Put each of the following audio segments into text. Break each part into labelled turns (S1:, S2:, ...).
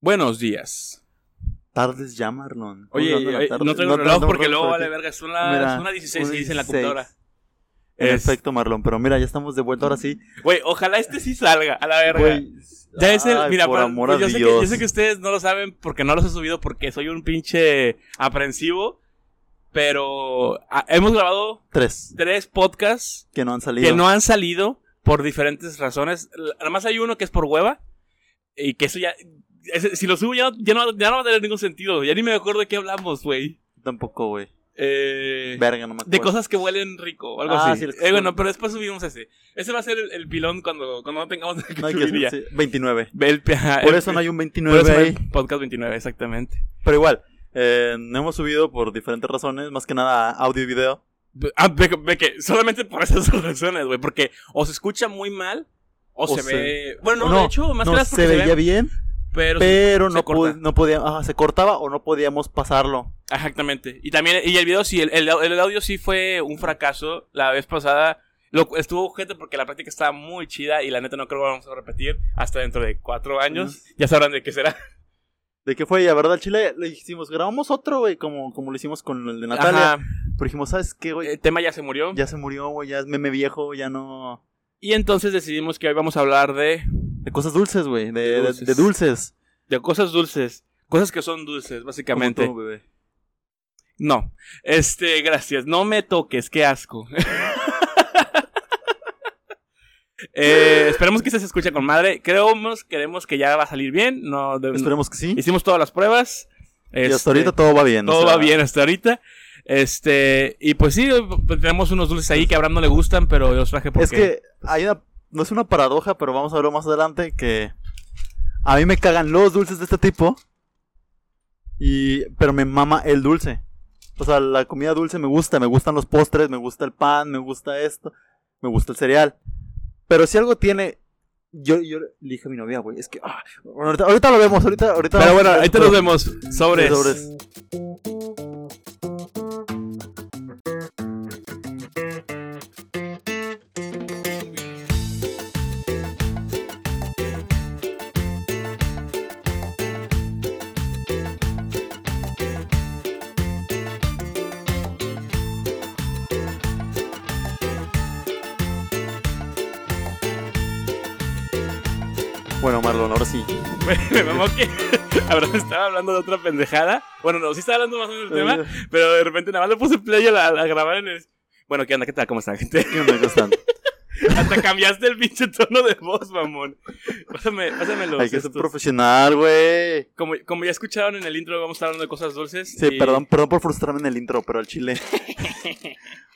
S1: Buenos días.
S2: Tardes ya, Marlon.
S1: Oye,
S2: Hablando de la
S1: eh,
S2: tarde.
S1: no traigo reloj
S2: tenemos
S1: porque luego vale
S2: porque-
S1: verga. Son las
S2: Mira,
S1: son las 16
S2: una
S1: y dice en la
S2: 16.
S1: computadora.
S2: En
S1: Es-
S2: efecto, Marlon, pero mira, ya estamos de vuelta ahora sí.
S1: Güey, ojalá este sí salga, a la verga.
S2: Güey,
S1: ya es el.
S2: ay,
S1: mira,
S2: por
S1: pa-
S2: amor
S1: pues
S2: a
S1: yo, Sé que,
S2: Dios.
S1: yo sé que ustedes no lo saben porque no los he subido porque soy un pinche aprensivo. Pero ah, hemos grabado
S2: Tres
S1: tres podcasts
S2: que no han salido.
S1: que no han salido por diferentes razones. L- Nada más hay uno que es por hueva. Y que eso ya. ese- si lo subo ya, no- ya, no, ya no va a tener ningún sentido. Ya ni me acuerdo de qué hablamos, güey.
S2: Tampoco, güey.
S1: Eh,
S2: Verga, no me acuerdo.
S1: de cosas que huelen rico, o algo
S2: pues. Ah,
S1: así.
S2: sí, los que
S1: Eh, bueno,
S2: huelen-
S1: pero después subimos ese. Ese va a ser el, el pilón cuando, cuando no tengamos que
S2: No hay que
S1: subir ya.
S2: sí, 29.
S1: El pi- ajá,
S2: Por
S1: el-
S2: eso no hay un
S1: por
S2: 29
S1: eso no hay
S2: ahí.
S1: podcast 29, exactamente.
S2: Pero igual, eh, no hemos subido por diferentes razones, más que nada audio y video.
S1: Ah, ve, que- ve que solamente por esas dos razones, güey, porque o se escucha muy mal o,
S2: O
S1: se,
S2: se-
S1: ve... Bueno, no,
S2: no,
S1: de hecho, más
S2: no
S1: que nada es porque
S2: se veía
S1: ve,
S2: bien,
S1: pero... sí-
S2: pero
S1: se
S2: no,
S1: corta.
S2: pod- no podía, ajá, se cortaba o no podíamos pasarlo.
S1: Exactamente. Y también, y el video sí, el, el- el audio sí fue un fracaso la vez pasada. Lo, estuvo gente porque la práctica estaba muy chida y la neta no creo que vamos a repetir hasta dentro de cuatro años. Ya sabrán de qué será.
S2: ¿De qué fue? Y la verdad, al Chile le hicimos, grabamos otro, güey, como, como lo hicimos con el de Natalia.
S1: Ajá. Eh,
S2: Pero dijimos, ¿sabes qué, güey?
S1: El tema ya se murió.
S2: Ya se murió, güey, ya es meme viejo, ya no...
S1: Y entonces decidimos que hoy vamos a hablar de,
S2: De cosas dulces, güey, de, de- de
S1: dulces.
S2: dulces.
S1: de cosas dulces. Cosas que son dulces, básicamente.
S2: Como tú, bebé.
S1: No. Este, gracias. No me toques, qué asco. Eh, esperemos que este se escuche con madre. Creemos, queremos que ya va a salir bien. No, de-
S2: Esperemos que sí.
S1: Hicimos todas las pruebas.
S2: y
S1: Mm. Este,
S2: hasta ahorita todo va bien. o
S1: todo
S2: sea,
S1: va bien hasta ahorita. Este, y pues sí, pues tenemos unos dulces ahí que a Abraham no le gustan, pero yo los traje porque
S2: Es que hay una... No es una paradoja, pero vamos a verlo más adelante, que... A mí me cagan los dulces de este tipo. Y... Pero me mama el dulce. O sea, la comida dulce me gusta, me gustan los postres, me gusta el pan, me gusta esto, me gusta el cereal. Pero si algo tiene... Yo, yo le dije a mi novia, güey, es que... ah, bueno, ahorita, ahorita lo vemos, ahorita... ahorita
S1: Pero
S2: vamos a
S1: bueno,
S2: ver
S1: ahí te
S2: esto.
S1: los vemos. Sobres.
S2: Sobres. Bueno, Marlon, ahora sí.
S1: Me mamó que Abraham estaba hablando de otra pendejada. Bueno, no, sí estaba hablando más o menos del tema, pero de repente nada más le puse play a, la- a grabar en el. Bueno, ¿qué onda? ¿Qué tal? ¿Cómo están, gente?
S2: ¿Qué onda, Constante?
S1: Hasta cambiaste el pinche tono de voz, mamón. Pásame, pásame los
S2: Hay que ser
S1: estos.
S2: profesional, güey.
S1: Como, como ya escucharon en el intro, vamos a estar hablando de cosas dulces.
S2: Sí,
S1: y-
S2: perdón, perdón por frustrarme en el intro, pero al chile.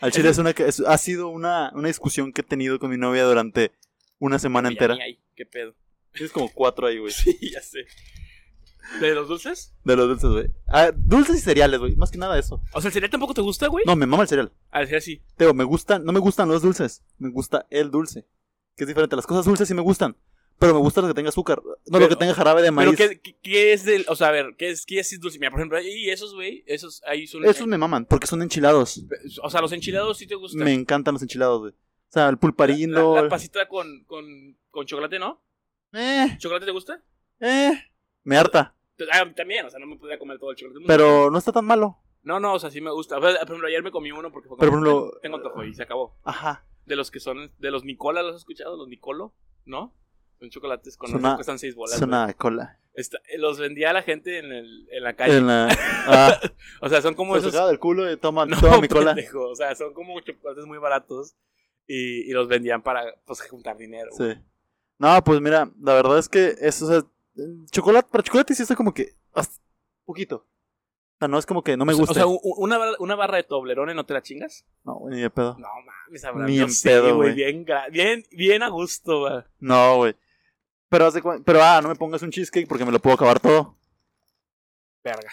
S2: al chile es una que- es- ha sido una, una discusión que he tenido con mi novia durante una semana
S1: Ya
S2: entera.
S1: ni hay, ¿Qué pedo?
S2: Tienes como cuatro ahí, güey.
S1: Sí, ya sé. ¿De los dulces?
S2: De los dulces, güey. Ah, dulces y cereales, güey. Más que nada eso.
S1: O sea, ¿el cereal tampoco te gusta, güey?
S2: No, me mama el cereal.
S1: Al decir Ah, así.
S2: Teo, me gustan, no me gustan los dulces. Me gusta el dulce. Que es diferente. Las cosas dulces sí me gustan. Pero me gusta lo que tenga azúcar. No
S1: Pero-
S2: lo que tenga jarabe de
S1: Pero
S2: maíz.
S1: ¿qué, qué, qué es del. O sea, a ver, ¿qué es, qué es dulce? Mira, por ejemplo, y esos, güey, esos ahí son.
S2: Esos me maman, porque son enchilados.
S1: O sea, los enchilados sí te gustan.
S2: Me encantan los enchilados, güey. O sea, el
S1: la,
S2: pulparindo.
S1: la pasita con, con, con chocolate, ¿no?
S2: Eh,
S1: ¿Chocolate te gusta?
S2: eh. Me harta.
S1: Te- ah, también, o sea, no me podría comer todo el chocolate. del mundo.
S2: Pero no está tan malo.
S1: No, no, o sea, sí me gusta. O sea, por ejemplo, ayer me comí uno porque fue
S2: Pero,
S1: como,
S2: por ejemplo,
S1: "Ay, tengo antojo y se acabó.
S2: Ajá.
S1: De los que son, de los Nicola, ¿los has escuchado? Los Nicolo, ¿no? Son chocolates con
S2: Suena-
S1: cuestan seis bolas.
S2: Es una cola.
S1: güey. Está- eh, los vendía a la gente en, el, en la calle.
S2: En la... Ah,
S1: O sea, son como
S2: se
S1: esos.
S2: sacaba del culo y toma,
S1: No,
S2: toma mi cola.
S1: pendejo, o sea, son como chocolates muy baratos y, y los vendían para pues, juntar dinero. güey.
S2: Sí. No, pues mira, la verdad es que es, o sea, chocolate, para chocolate sí está como que hasta poquito. O sea, no es como que no me gusta.
S1: O sea, u- u- una, barra- una barra de Toblerone, ¿no te la chingas?
S2: no, ni de pedo.
S1: No mames, Abraham.
S2: Ni
S1: yo
S2: en
S1: sí,
S2: pedo,
S1: güey.
S2: güey.
S1: Bien, gra- bien, bien a gusto, güey.
S2: No, güey. Pero, haz de cuen- pero, ah, no me pongas un cheesecake porque me lo puedo acabar todo.
S1: Verga.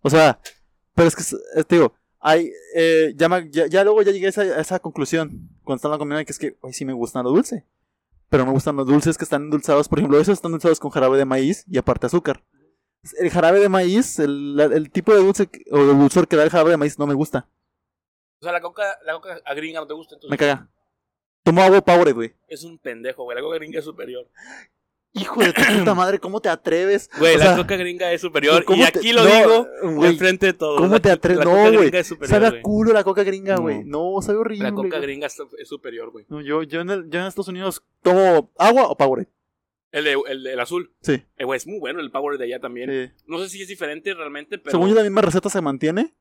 S2: O sea, pero es que, es- es- te digo, hay, eh, ya, me- ya, ya luego ya llegué a esa, a esa conclusión cuando estaba con mi novia, que es que, güey, sí me gustan lo dulce. Pero me gustan los dulces que están endulzados, por ejemplo, esos están endulzados con jarabe de maíz y aparte azúcar. El jarabe de maíz, el, la- el tipo de dulce que- o de dulzor que da el jarabe de maíz no me gusta,
S1: O sea, la coca, la coca a gringa no te gusta, entonces
S2: me caga. Tomo agua power, güey.
S1: es un pendejo, güey. La coca gringa es superior.
S2: hijo de tu puta madre, ¿cómo te atreves?
S1: Güey,
S2: O
S1: la
S2: sea,
S1: coca gringa es superior. Y
S2: ¿cómo te-
S1: aquí lo
S2: no,
S1: digo
S2: güey,
S1: enfrente de todos.
S2: ¿Cómo
S1: La
S2: te
S1: co-
S2: atreves?
S1: la
S2: No,
S1: coca gringa
S2: güey.
S1: es
S2: Sabe
S1: superior,
S2: a
S1: güey.
S2: culo la coca gringa, güey. No. sabe horrible.
S1: La coca
S2: güey.
S1: gringa está- es superior, güey.
S2: No, yo, yo, en el- yo en Estados Unidos tomo agua o Powerade.
S1: El, de- el, el azul.
S2: Sí.
S1: Eh, güey, es muy bueno el power de allá también.
S2: Eh,
S1: No sé si es diferente realmente, pero.
S2: Según yo, la misma receta se mantiene.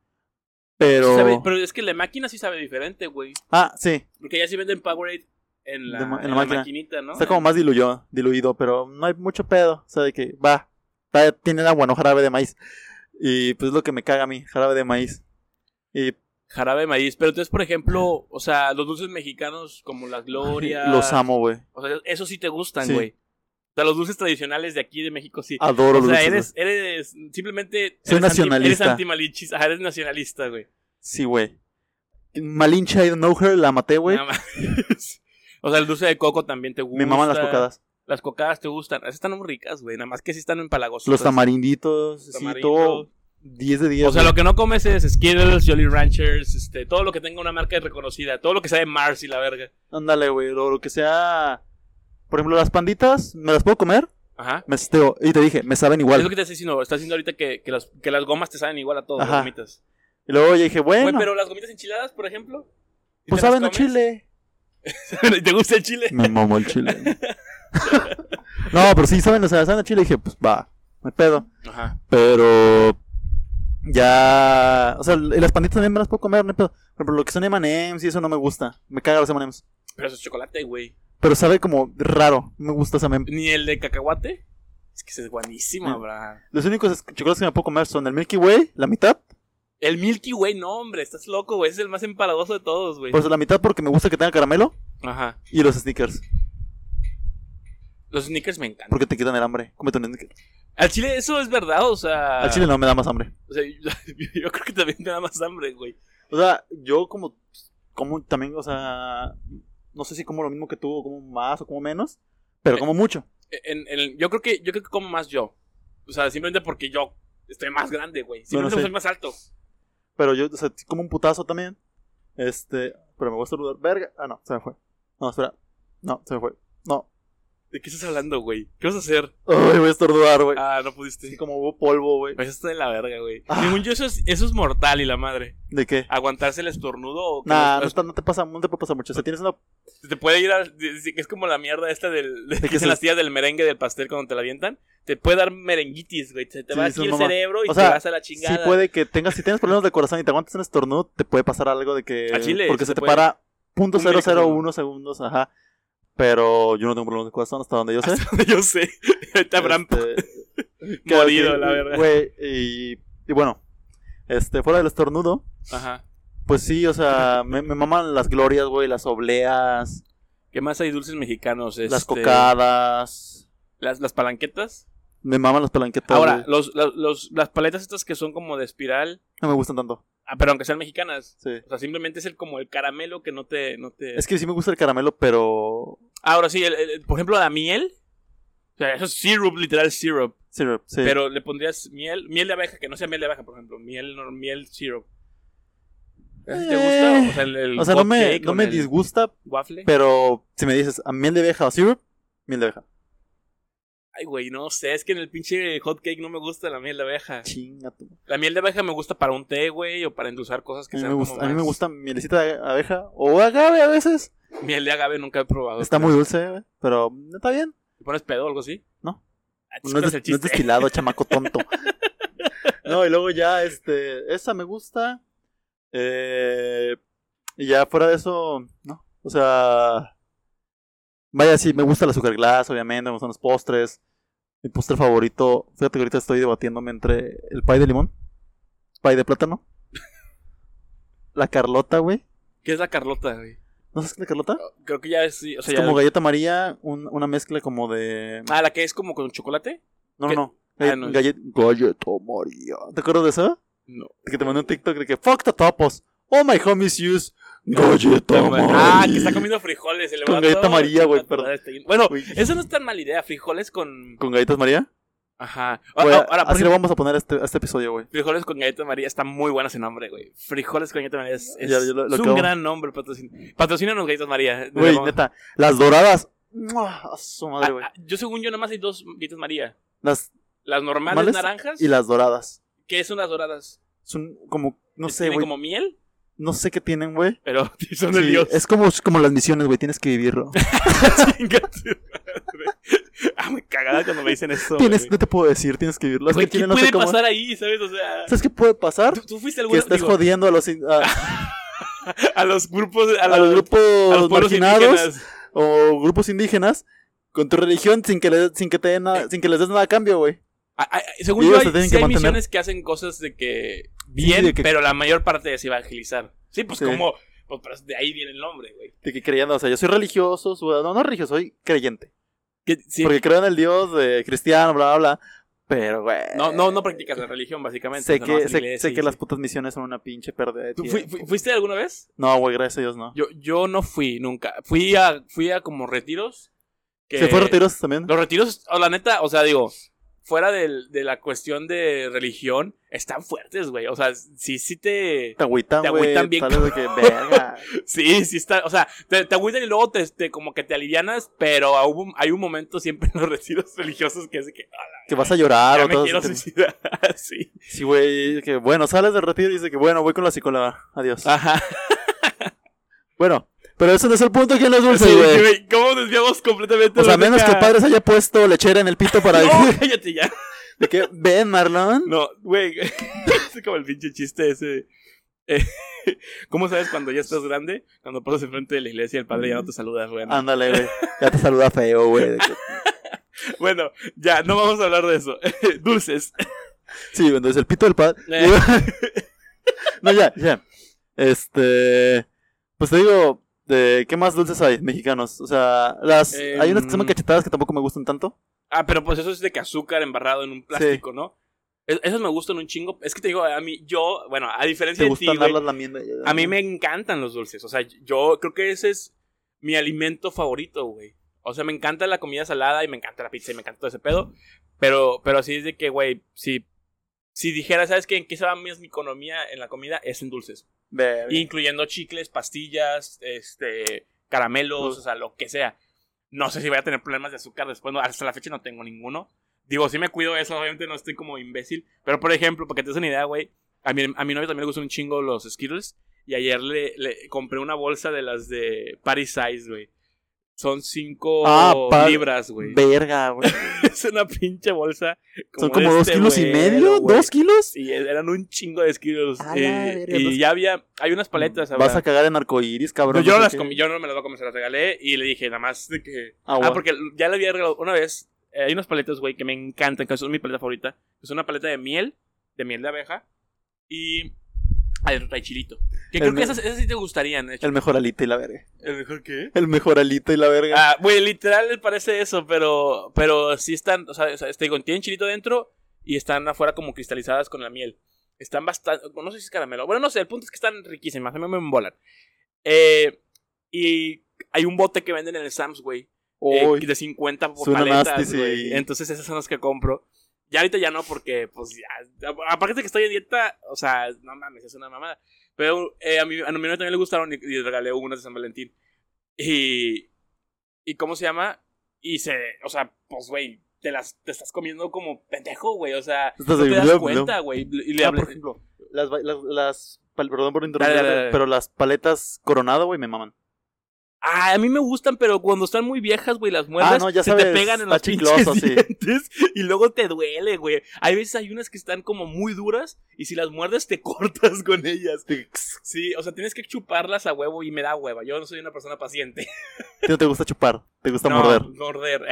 S2: Pero.
S1: sabe- pero es que la máquina sí sabe diferente, güey.
S2: Ah, sí.
S1: Porque ya sí venden Powerade en la,
S2: De ma- en
S1: en
S2: la
S1: la
S2: máquina.
S1: maquinita, ¿no?
S2: Está como más diluido, diluido, pero no hay mucho pedo. O sea, de que va. va, Tiene el agua, no jarabe de maíz. Y pues es lo que me caga a mí, jarabe de maíz. Y
S1: Jarabe de maíz. Pero entonces, por ejemplo, o sea, los dulces mexicanos como las glorias.
S2: los amo, güey.
S1: O sea, eso sí te gustan,
S2: Sí.
S1: güey. O sea, los dulces tradicionales de aquí de México sí.
S2: Adoro
S1: o
S2: los
S1: sea,
S2: dulces,
S1: eres, eres simplemente.
S2: Soy
S1: eres anti-
S2: nacionalista.
S1: eres antimalichis. Ajá, eres nacionalista, güey.
S2: güey. Sí, güey. Malincha, I don't know her, la maté, güey.
S1: Nada más. o sea, el dulce de coco también te gusta.
S2: Me maman las cocadas.
S1: Las cocadas te gustan. Esas están muy ricas, güey. Nada más que sí están empalagosas.
S2: Los tamarinditos, sí,
S1: Tamarindos.
S2: todo. 10 de 10.
S1: O sea,
S2: güey.
S1: lo que no comes es Skittles, Jolly Ranchers, este, todo lo que tenga una marca reconocida, todo lo que sea de Mars y la verga.
S2: Ándale, güey, lo, lo que sea. Por ejemplo, las panditas, ¿me las puedo comer?
S1: Ajá.
S2: Me teo- y te dije, me saben
S1: Es lo
S2: igual.
S1: que te estoy diciendo, estás diciendo ahorita que, que, las, que las gomas te saben igual a todos,
S2: Ajá.
S1: las gomitas.
S2: Y luego yo dije, bueno,
S1: Güey, pero las gomitas enchiladas, por ejemplo. ¿y
S2: pues
S1: te las
S2: saben a
S1: comes?
S2: chile.
S1: ¿Y ¿Te gusta el chile?
S2: Me mamó el chile. no, pero sí saben, o sea, saben a chile. Y dije, pues va, me pedo.
S1: Ajá.
S2: Pero ya, o sea, y las panditas también me las puedo comer, no hay pedo. Pero lo que son M&M's y eso no me gusta. Me cagan los M&M's.
S1: Pero eso es chocolate, güey.
S2: Pero sabe como raro. No me gusta esa mem.
S1: Ni el de cacahuate. Es que ese es buenísimo,
S2: Mm.
S1: Abraham.
S2: Los únicos es- chocolates que me puedo comer son el Milky Way, la mitad.
S1: El Milky Way, no, hombre, estás loco, güey. Es el más empalagoso de todos, güey.
S2: Por eso Pues la mitad porque me gusta que tenga caramelo.
S1: Ajá.
S2: Y los sneakers.
S1: Los sneakers me encantan.
S2: Porque te quitan el hambre. Cómete un sneaker.
S1: Al chile, eso es verdad, o sea.
S2: Al chile no me da más hambre.
S1: O sea, yo, yo creo que también te da más hambre, güey.
S2: O sea, yo como, como también, o sea, no sé si como lo mismo que tú, o como más o como menos, pero como mucho.
S1: En- en- yo creo que yo creo que como más yo. O sea, simplemente porque yo estoy más grande, güey. Simplemente
S2: sé.
S1: soy más alto.
S2: Pero yo, o sea, sí como un putazo también. Este, pero me voy a saludar. Verga. Ah, no, se me fue. No, espera. No, se me fue. No.
S1: ¿De qué estás hablando, güey? ¿Qué vas a hacer?
S2: Ay, voy a estornudar, güey.
S1: Ah, no
S2: Así
S1: pudiste.
S2: como hubo polvo, güey.
S1: Pues está de la verga, güey.
S2: Ah.
S1: Ningún yo, eso es, eso es mortal y la madre.
S2: ¿De qué?
S1: Aguantarse el estornudo o que
S2: Nah,
S1: los-
S2: no, está- no te pasa, no te puede pasar mucho. O sea, tienes una.
S1: te puede ir a. dice que Es como la mierda esta del. De,
S2: que
S1: que dicen
S2: se-
S1: las tías del merengue del pastel cuando te la avientan. Te puede dar merenguitis, güey. Se te
S2: Sí,
S1: va
S2: eso
S1: aquí
S2: es
S1: el
S2: mamá.
S1: cerebro y
S2: O sea,
S1: te vas a la chingada.
S2: Sí puede que tengas, si tienes problemas de corazón y te aguantas un estornudo, te puede pasar algo de que.
S1: Al chile,
S2: porque
S1: sí
S2: se
S1: te
S2: te
S1: puede.
S2: para punto
S1: Un milisegundo.
S2: 001 segundos, ajá. Pero yo no tengo problemas de corazón hasta donde yo sé.
S1: yo sé. Te habrán
S2: Este, que-
S1: morido,
S2: que-
S1: la verdad.
S2: Güey, y, y bueno, este, fuera del estornudo,
S1: Ajá.
S2: pues sí, o sea, me, me maman las glorias, güey, las obleas,
S1: ¿Qué más hay dulces mexicanos?
S2: las
S1: Este,
S2: cocadas,
S1: Las, las palanquetas.
S2: me maman las palanquetas.
S1: Ahora,
S2: güey.
S1: los, los- los- las paletas estas que son como de espiral.
S2: no me gustan tanto.
S1: Ah, pero aunque sean mexicanas.
S2: Sí.
S1: O sea, simplemente es el, como el caramelo que no te. No te... Ah,
S2: Es que sí me gusta el caramelo, pero.
S1: Ahora sí, el- el- por ejemplo, la miel. O sea, eso es syrup, literal syrup.
S2: Syrup, sí.
S1: Pero le pondrías miel, miel de abeja, que no sea miel de abeja, por ejemplo. Miel, no- miel syrup. ¿Así ¿Te
S2: Eh,
S1: gusta? O sea, el, el
S2: o sea, no
S1: hot
S2: me,
S1: cake
S2: no
S1: con
S2: me
S1: el
S2: disgusta,
S1: Waffle.
S2: pero si me dices a miel de abeja o syrup, miel de abeja.
S1: Ay, güey, no sé. Es que en el pinche hot cake no me gusta la miel de abeja.
S2: Chinga tu-
S1: La miel de abeja me gusta para un té, güey, o para endulzar cosas
S2: A
S1: que
S2: mí,
S1: sean
S2: me gusta,
S1: como
S2: a mí me
S1: más-
S2: gusta mielecita de abeja o agave a veces.
S1: Miel de agave nunca he probado.
S2: Está
S1: creo.
S2: muy dulce, güey, pero está bien.
S1: ¿Te pones pedo o algo así?
S2: No.
S1: Ah,
S2: No es,
S1: chicas, el
S2: des- no es
S1: chiste.
S2: destilado, chamaco tonto. No, y luego ya, este, esa me gusta. Eh, y ya fuera de eso, ¿no? O sea, vaya, sí, me gusta el azúcar glass, obviamente, me gustan los postres. Mi postre favorito, fíjate que ahorita estoy debatiéndome entre el pie de limón, pie de plátano, la Carlota, güey.
S1: ¿Qué es la Carlota, güey?
S2: ¿No sabes qué es la Carlota?
S1: Creo que ya es. sí, O sea,
S2: es
S1: ya-
S2: como galleta María, un- una mezcla como de.
S1: Ah, la que es como con chocolate.
S2: No,
S1: ¿qué?
S2: no, no.
S1: Ah, no.
S2: Gallet- Galleta María. ¿Te acuerdas de eso?
S1: No.
S2: que te mandé un TikTok de que fuck the topos. All my homies use galleta
S1: Ah, que
S2: María.
S1: está comiendo frijoles. el
S2: Con
S1: vato,
S2: galleta María, güey,
S1: chingada
S2: perdón.
S1: madre, está bien. Bueno,
S2: Uy.
S1: eso no es tan mala idea. Frijoles con.
S2: ¿Con galletas María?
S1: Ajá.
S2: Güey,
S1: Ah, Ahora, ahora, por
S2: así le
S1: ejemplo,
S2: vamos a poner a este, a este episodio, güey.
S1: frijoles con galleta María están muy buenas en nombre, güey. Frijoles con galleta María es, es-
S2: Ya, ya lo- lo
S1: es un
S2: acabo.
S1: gran nombre. Patrocin... Patrocínanos galletas María.
S2: Güey,
S1: Vamos-
S2: neta. Las doradas. ¡Mua! A su madre,
S1: Ah,
S2: güey.
S1: ah, yo, según yo, nada más hay dos galletas María.
S2: Las
S1: Las normales
S2: Males
S1: naranjas,
S2: y las doradas.
S1: que son las doradas.
S2: Son como, no
S1: Que
S2: sé,
S1: tienen
S2: güey.
S1: como miel,
S2: No sé qué tienen, güey.
S1: pero son de
S2: Sí,
S1: Dios.
S2: es como, como las misiones, güey. Tienes que vivirlo.
S1: Chinga tu madre. ah, me cagada cuando me dicen eso.
S2: tienes,
S1: güey.
S2: no te puedo decir, tienes que vivirlo. Es
S1: Güey,
S2: que
S1: ¿Qué
S2: tiene- no sé
S1: puede
S2: cómo-
S1: pasar ahí, sabes? O sea,
S2: ¿Sabes qué puede pasar?
S1: ¿tú, tú fuiste
S2: que
S1: alguna
S2: estás
S1: digo,
S2: jodiendo a los, in- a,
S1: a los grupos, a,
S2: a
S1: los,
S2: los grupos
S1: a los pueblos
S2: marginados
S1: indígenas.
S2: o grupos indígenas con tu religión sin que, le- sin que, te den
S1: Eh.
S2: nada- sin que les des nada a cambio, güey.
S1: Ah, ah, según
S2: Y
S1: yo,
S2: ellos
S1: hay,
S2: se tienen
S1: sí
S2: que
S1: hay
S2: mantener.
S1: misiones que hacen cosas de que bien,
S2: de que-
S1: pero la mayor parte es evangelizar. Sí, pues
S2: Sí.
S1: como, pues pero de ahí viene el nombre, güey.
S2: De que creyendo, o sea, yo soy religioso, su- no, no religioso, soy creyente.
S1: Que- sí,
S2: Porque creo en el Dios eh, cristiano, bla, bla, bla. Pero, güey.
S1: no, no, no practicas la religión, básicamente.
S2: eh, Sé
S1: o sea, no vas
S2: que,
S1: a
S2: sé,
S1: la iglesia
S2: sé
S1: y-
S2: que las putas misiones son una pinche pérdida de
S1: ¿Tú
S2: tiempo.
S1: fui- fui- ¿Fuiste alguna vez?
S2: No, güey, gracias a Dios no.
S1: Yo, yo no fui nunca. Fui a, fui a como retiros. que-
S2: ¿Se fue a retiros también?
S1: Los retiros, o la neta, o sea, digo, fuera del- de la cuestión de religión, están fuertes, güey. O sea, sí, sí te.
S2: Te agüitan,
S1: Te
S2: güey.
S1: agüitan bien,
S2: Sales de que, verga.
S1: Sí, sí está. O sea, te, te agüitan y luego te, te- como que te alivianas, pero a hubo- hay un momento siempre en los retiros religiosos que es de que. "Ah,
S2: Que vas a llorar
S1: ya
S2: o
S1: me
S2: todo
S1: quiero
S2: eso.
S1: suicidar. sí.
S2: Sí, güey. Que bueno, sales del retiro y dice que bueno, voy con la psicóloga. Adiós.
S1: Ajá.
S2: Bueno, pero ese no es el punto que los dulces,
S1: Sí,
S2: güey.
S1: güey, ¿Cómo desviamos completamente?
S2: o sea,
S1: la
S2: menos que
S1: teca?
S2: el padre se haya puesto lechera en el pito para
S1: No,
S2: decir
S1: cállate ya.
S2: de que ven, Marlon.
S1: No, güey. es como el pinche chiste ese. Eh, ¿Cómo sabes cuando ya estás grande? Cuando pasas enfrente de la iglesia y el padre ya no te saluda, güey. ¿no?
S2: Ándale, güey. Ya te saluda feo, güey. de que-
S1: Bueno, ya, no vamos a hablar de eso. Dulces.
S2: Sí, entonces el pito del padre.
S1: Eh.
S2: no, ya, ya. Este. Pues te digo, de, ¿qué más dulces hay mexicanos? O sea, las, hay unas que se llaman
S1: Em.
S2: cachetadas que tampoco me gustan tanto.
S1: Ah, pero pues eso es de que azúcar embarrado en un plástico, ¿no? Es- Esos me gustan un chingo. Es que te digo, a mí, yo, bueno, a diferencia
S2: Te
S1: de ti,
S2: gustan
S1: güey,
S2: darlas lamiendo.
S1: a mí me encantan los dulces. O sea, yo creo que ese es mi alimento favorito, güey. O sea, me encanta la comida salada y me encanta la pizza y me encanta todo ese pedo. Pero, pero así es de que, güey, si, si dijera, ¿sabes qué? ¿En qué se va más mi economía en la comida? Es en dulces.
S2: Verga.
S1: Incluyendo chicles, pastillas, este,
S2: Pues
S1: caramelos, o sea, lo que sea. No sé si voy a tener problemas de azúcar después. no, hasta la fecha no tengo ninguno. Digo, sí me cuido eso, obviamente no estoy como imbécil. Pero, por ejemplo, para que te des una idea, güey, a mi, a mi novio también le gustan un chingo los Skittles. Y ayer le, le compré una bolsa de las de Paris Size, güey. Son 5
S2: Ah, pa-
S1: libras, güey.
S2: Verga, güey.
S1: Es una pinche bolsa.
S2: Son
S1: de
S2: como dos
S1: este
S2: kilos y
S1: vuelo,
S2: medio,
S1: güey.
S2: dos kilos.
S1: Sí, eran un chingo de Skittles.
S2: A la
S1: eh,
S2: verga,
S1: y
S2: dos- Mm,
S1: ya había, hay unas paletas.
S2: Vas
S1: ahora.
S2: a cagar en arcoíris,
S1: No,
S2: cabrón.
S1: Pues yo
S2: no
S1: no
S2: sé
S1: las
S2: qué.
S1: comí, yo no me las voy a comer, se las regalé y le dije nada más de que...
S2: Ah,
S1: Ah,
S2: bueno.
S1: porque ya le había regalado una vez, eh, hay unas paletas, güey, que me encantan, que son mi paleta favorita. Es una paleta de miel, de miel de abeja y al chilito. Que
S2: El
S1: creo
S2: me-
S1: que esas, esas sí te gustarían, de hecho.
S2: El mejor alita y la verga.
S1: ¿El mejor qué?
S2: El mejor alita y la verga.
S1: Ah, güey, literal parece eso, pero pero sí están, o sea, o sea, te digo, tienen chilito dentro y están afuera como cristalizadas con la miel. Están bastante, no sé si es caramelo. Bueno, no sé, el punto es que están riquísimas, a mí me embolan. Eh, y hay un bote que venden en el Sams, güey, eh,
S2: Uy,
S1: de 50 por
S2: suena
S1: paletas,
S2: nasty, sí.
S1: güey. Entonces esas son las que compro. Ya ahorita ya no, porque, pues, ya. a- Aparte de que estoy en dieta, o sea, no mames, es una mamada. Pero eh, a, mi, a mi novia también le gustaron y, y le regalé unas de San Valentín. Y. ¿Y cómo se llama? Y se. O sea, pues, güey, te las te estás comiendo como pendejo, güey. O sea,
S2: Estás
S1: no
S2: de
S1: te das
S2: blub, blub.
S1: cuenta, güey. Y le
S2: Ah,
S1: hablé.
S2: por ejemplo, las, ba- las, las pal- perdón por interrumpir,
S1: Dale, dale, dale.
S2: pero las paletas coronado, güey, me maman.
S1: Ah, a mí me gustan, pero cuando están muy viejas, güey, las muerdas
S2: Ah, no, ya
S1: se te
S2: sabes,
S1: pegan en
S2: está
S1: los pinches
S2: chicloso, sí.
S1: dientes y luego te duele, güey. Hay veces hay unas que están como muy duras y si las muerdes te cortas con ellas.
S2: Sí, ¿A
S1: Sí, o sea, tienes que chuparlas a huevo y me da hueva. Yo no soy una persona paciente.
S2: ti no te gusta chupar, te gusta
S1: no,
S2: morder.
S1: Morder.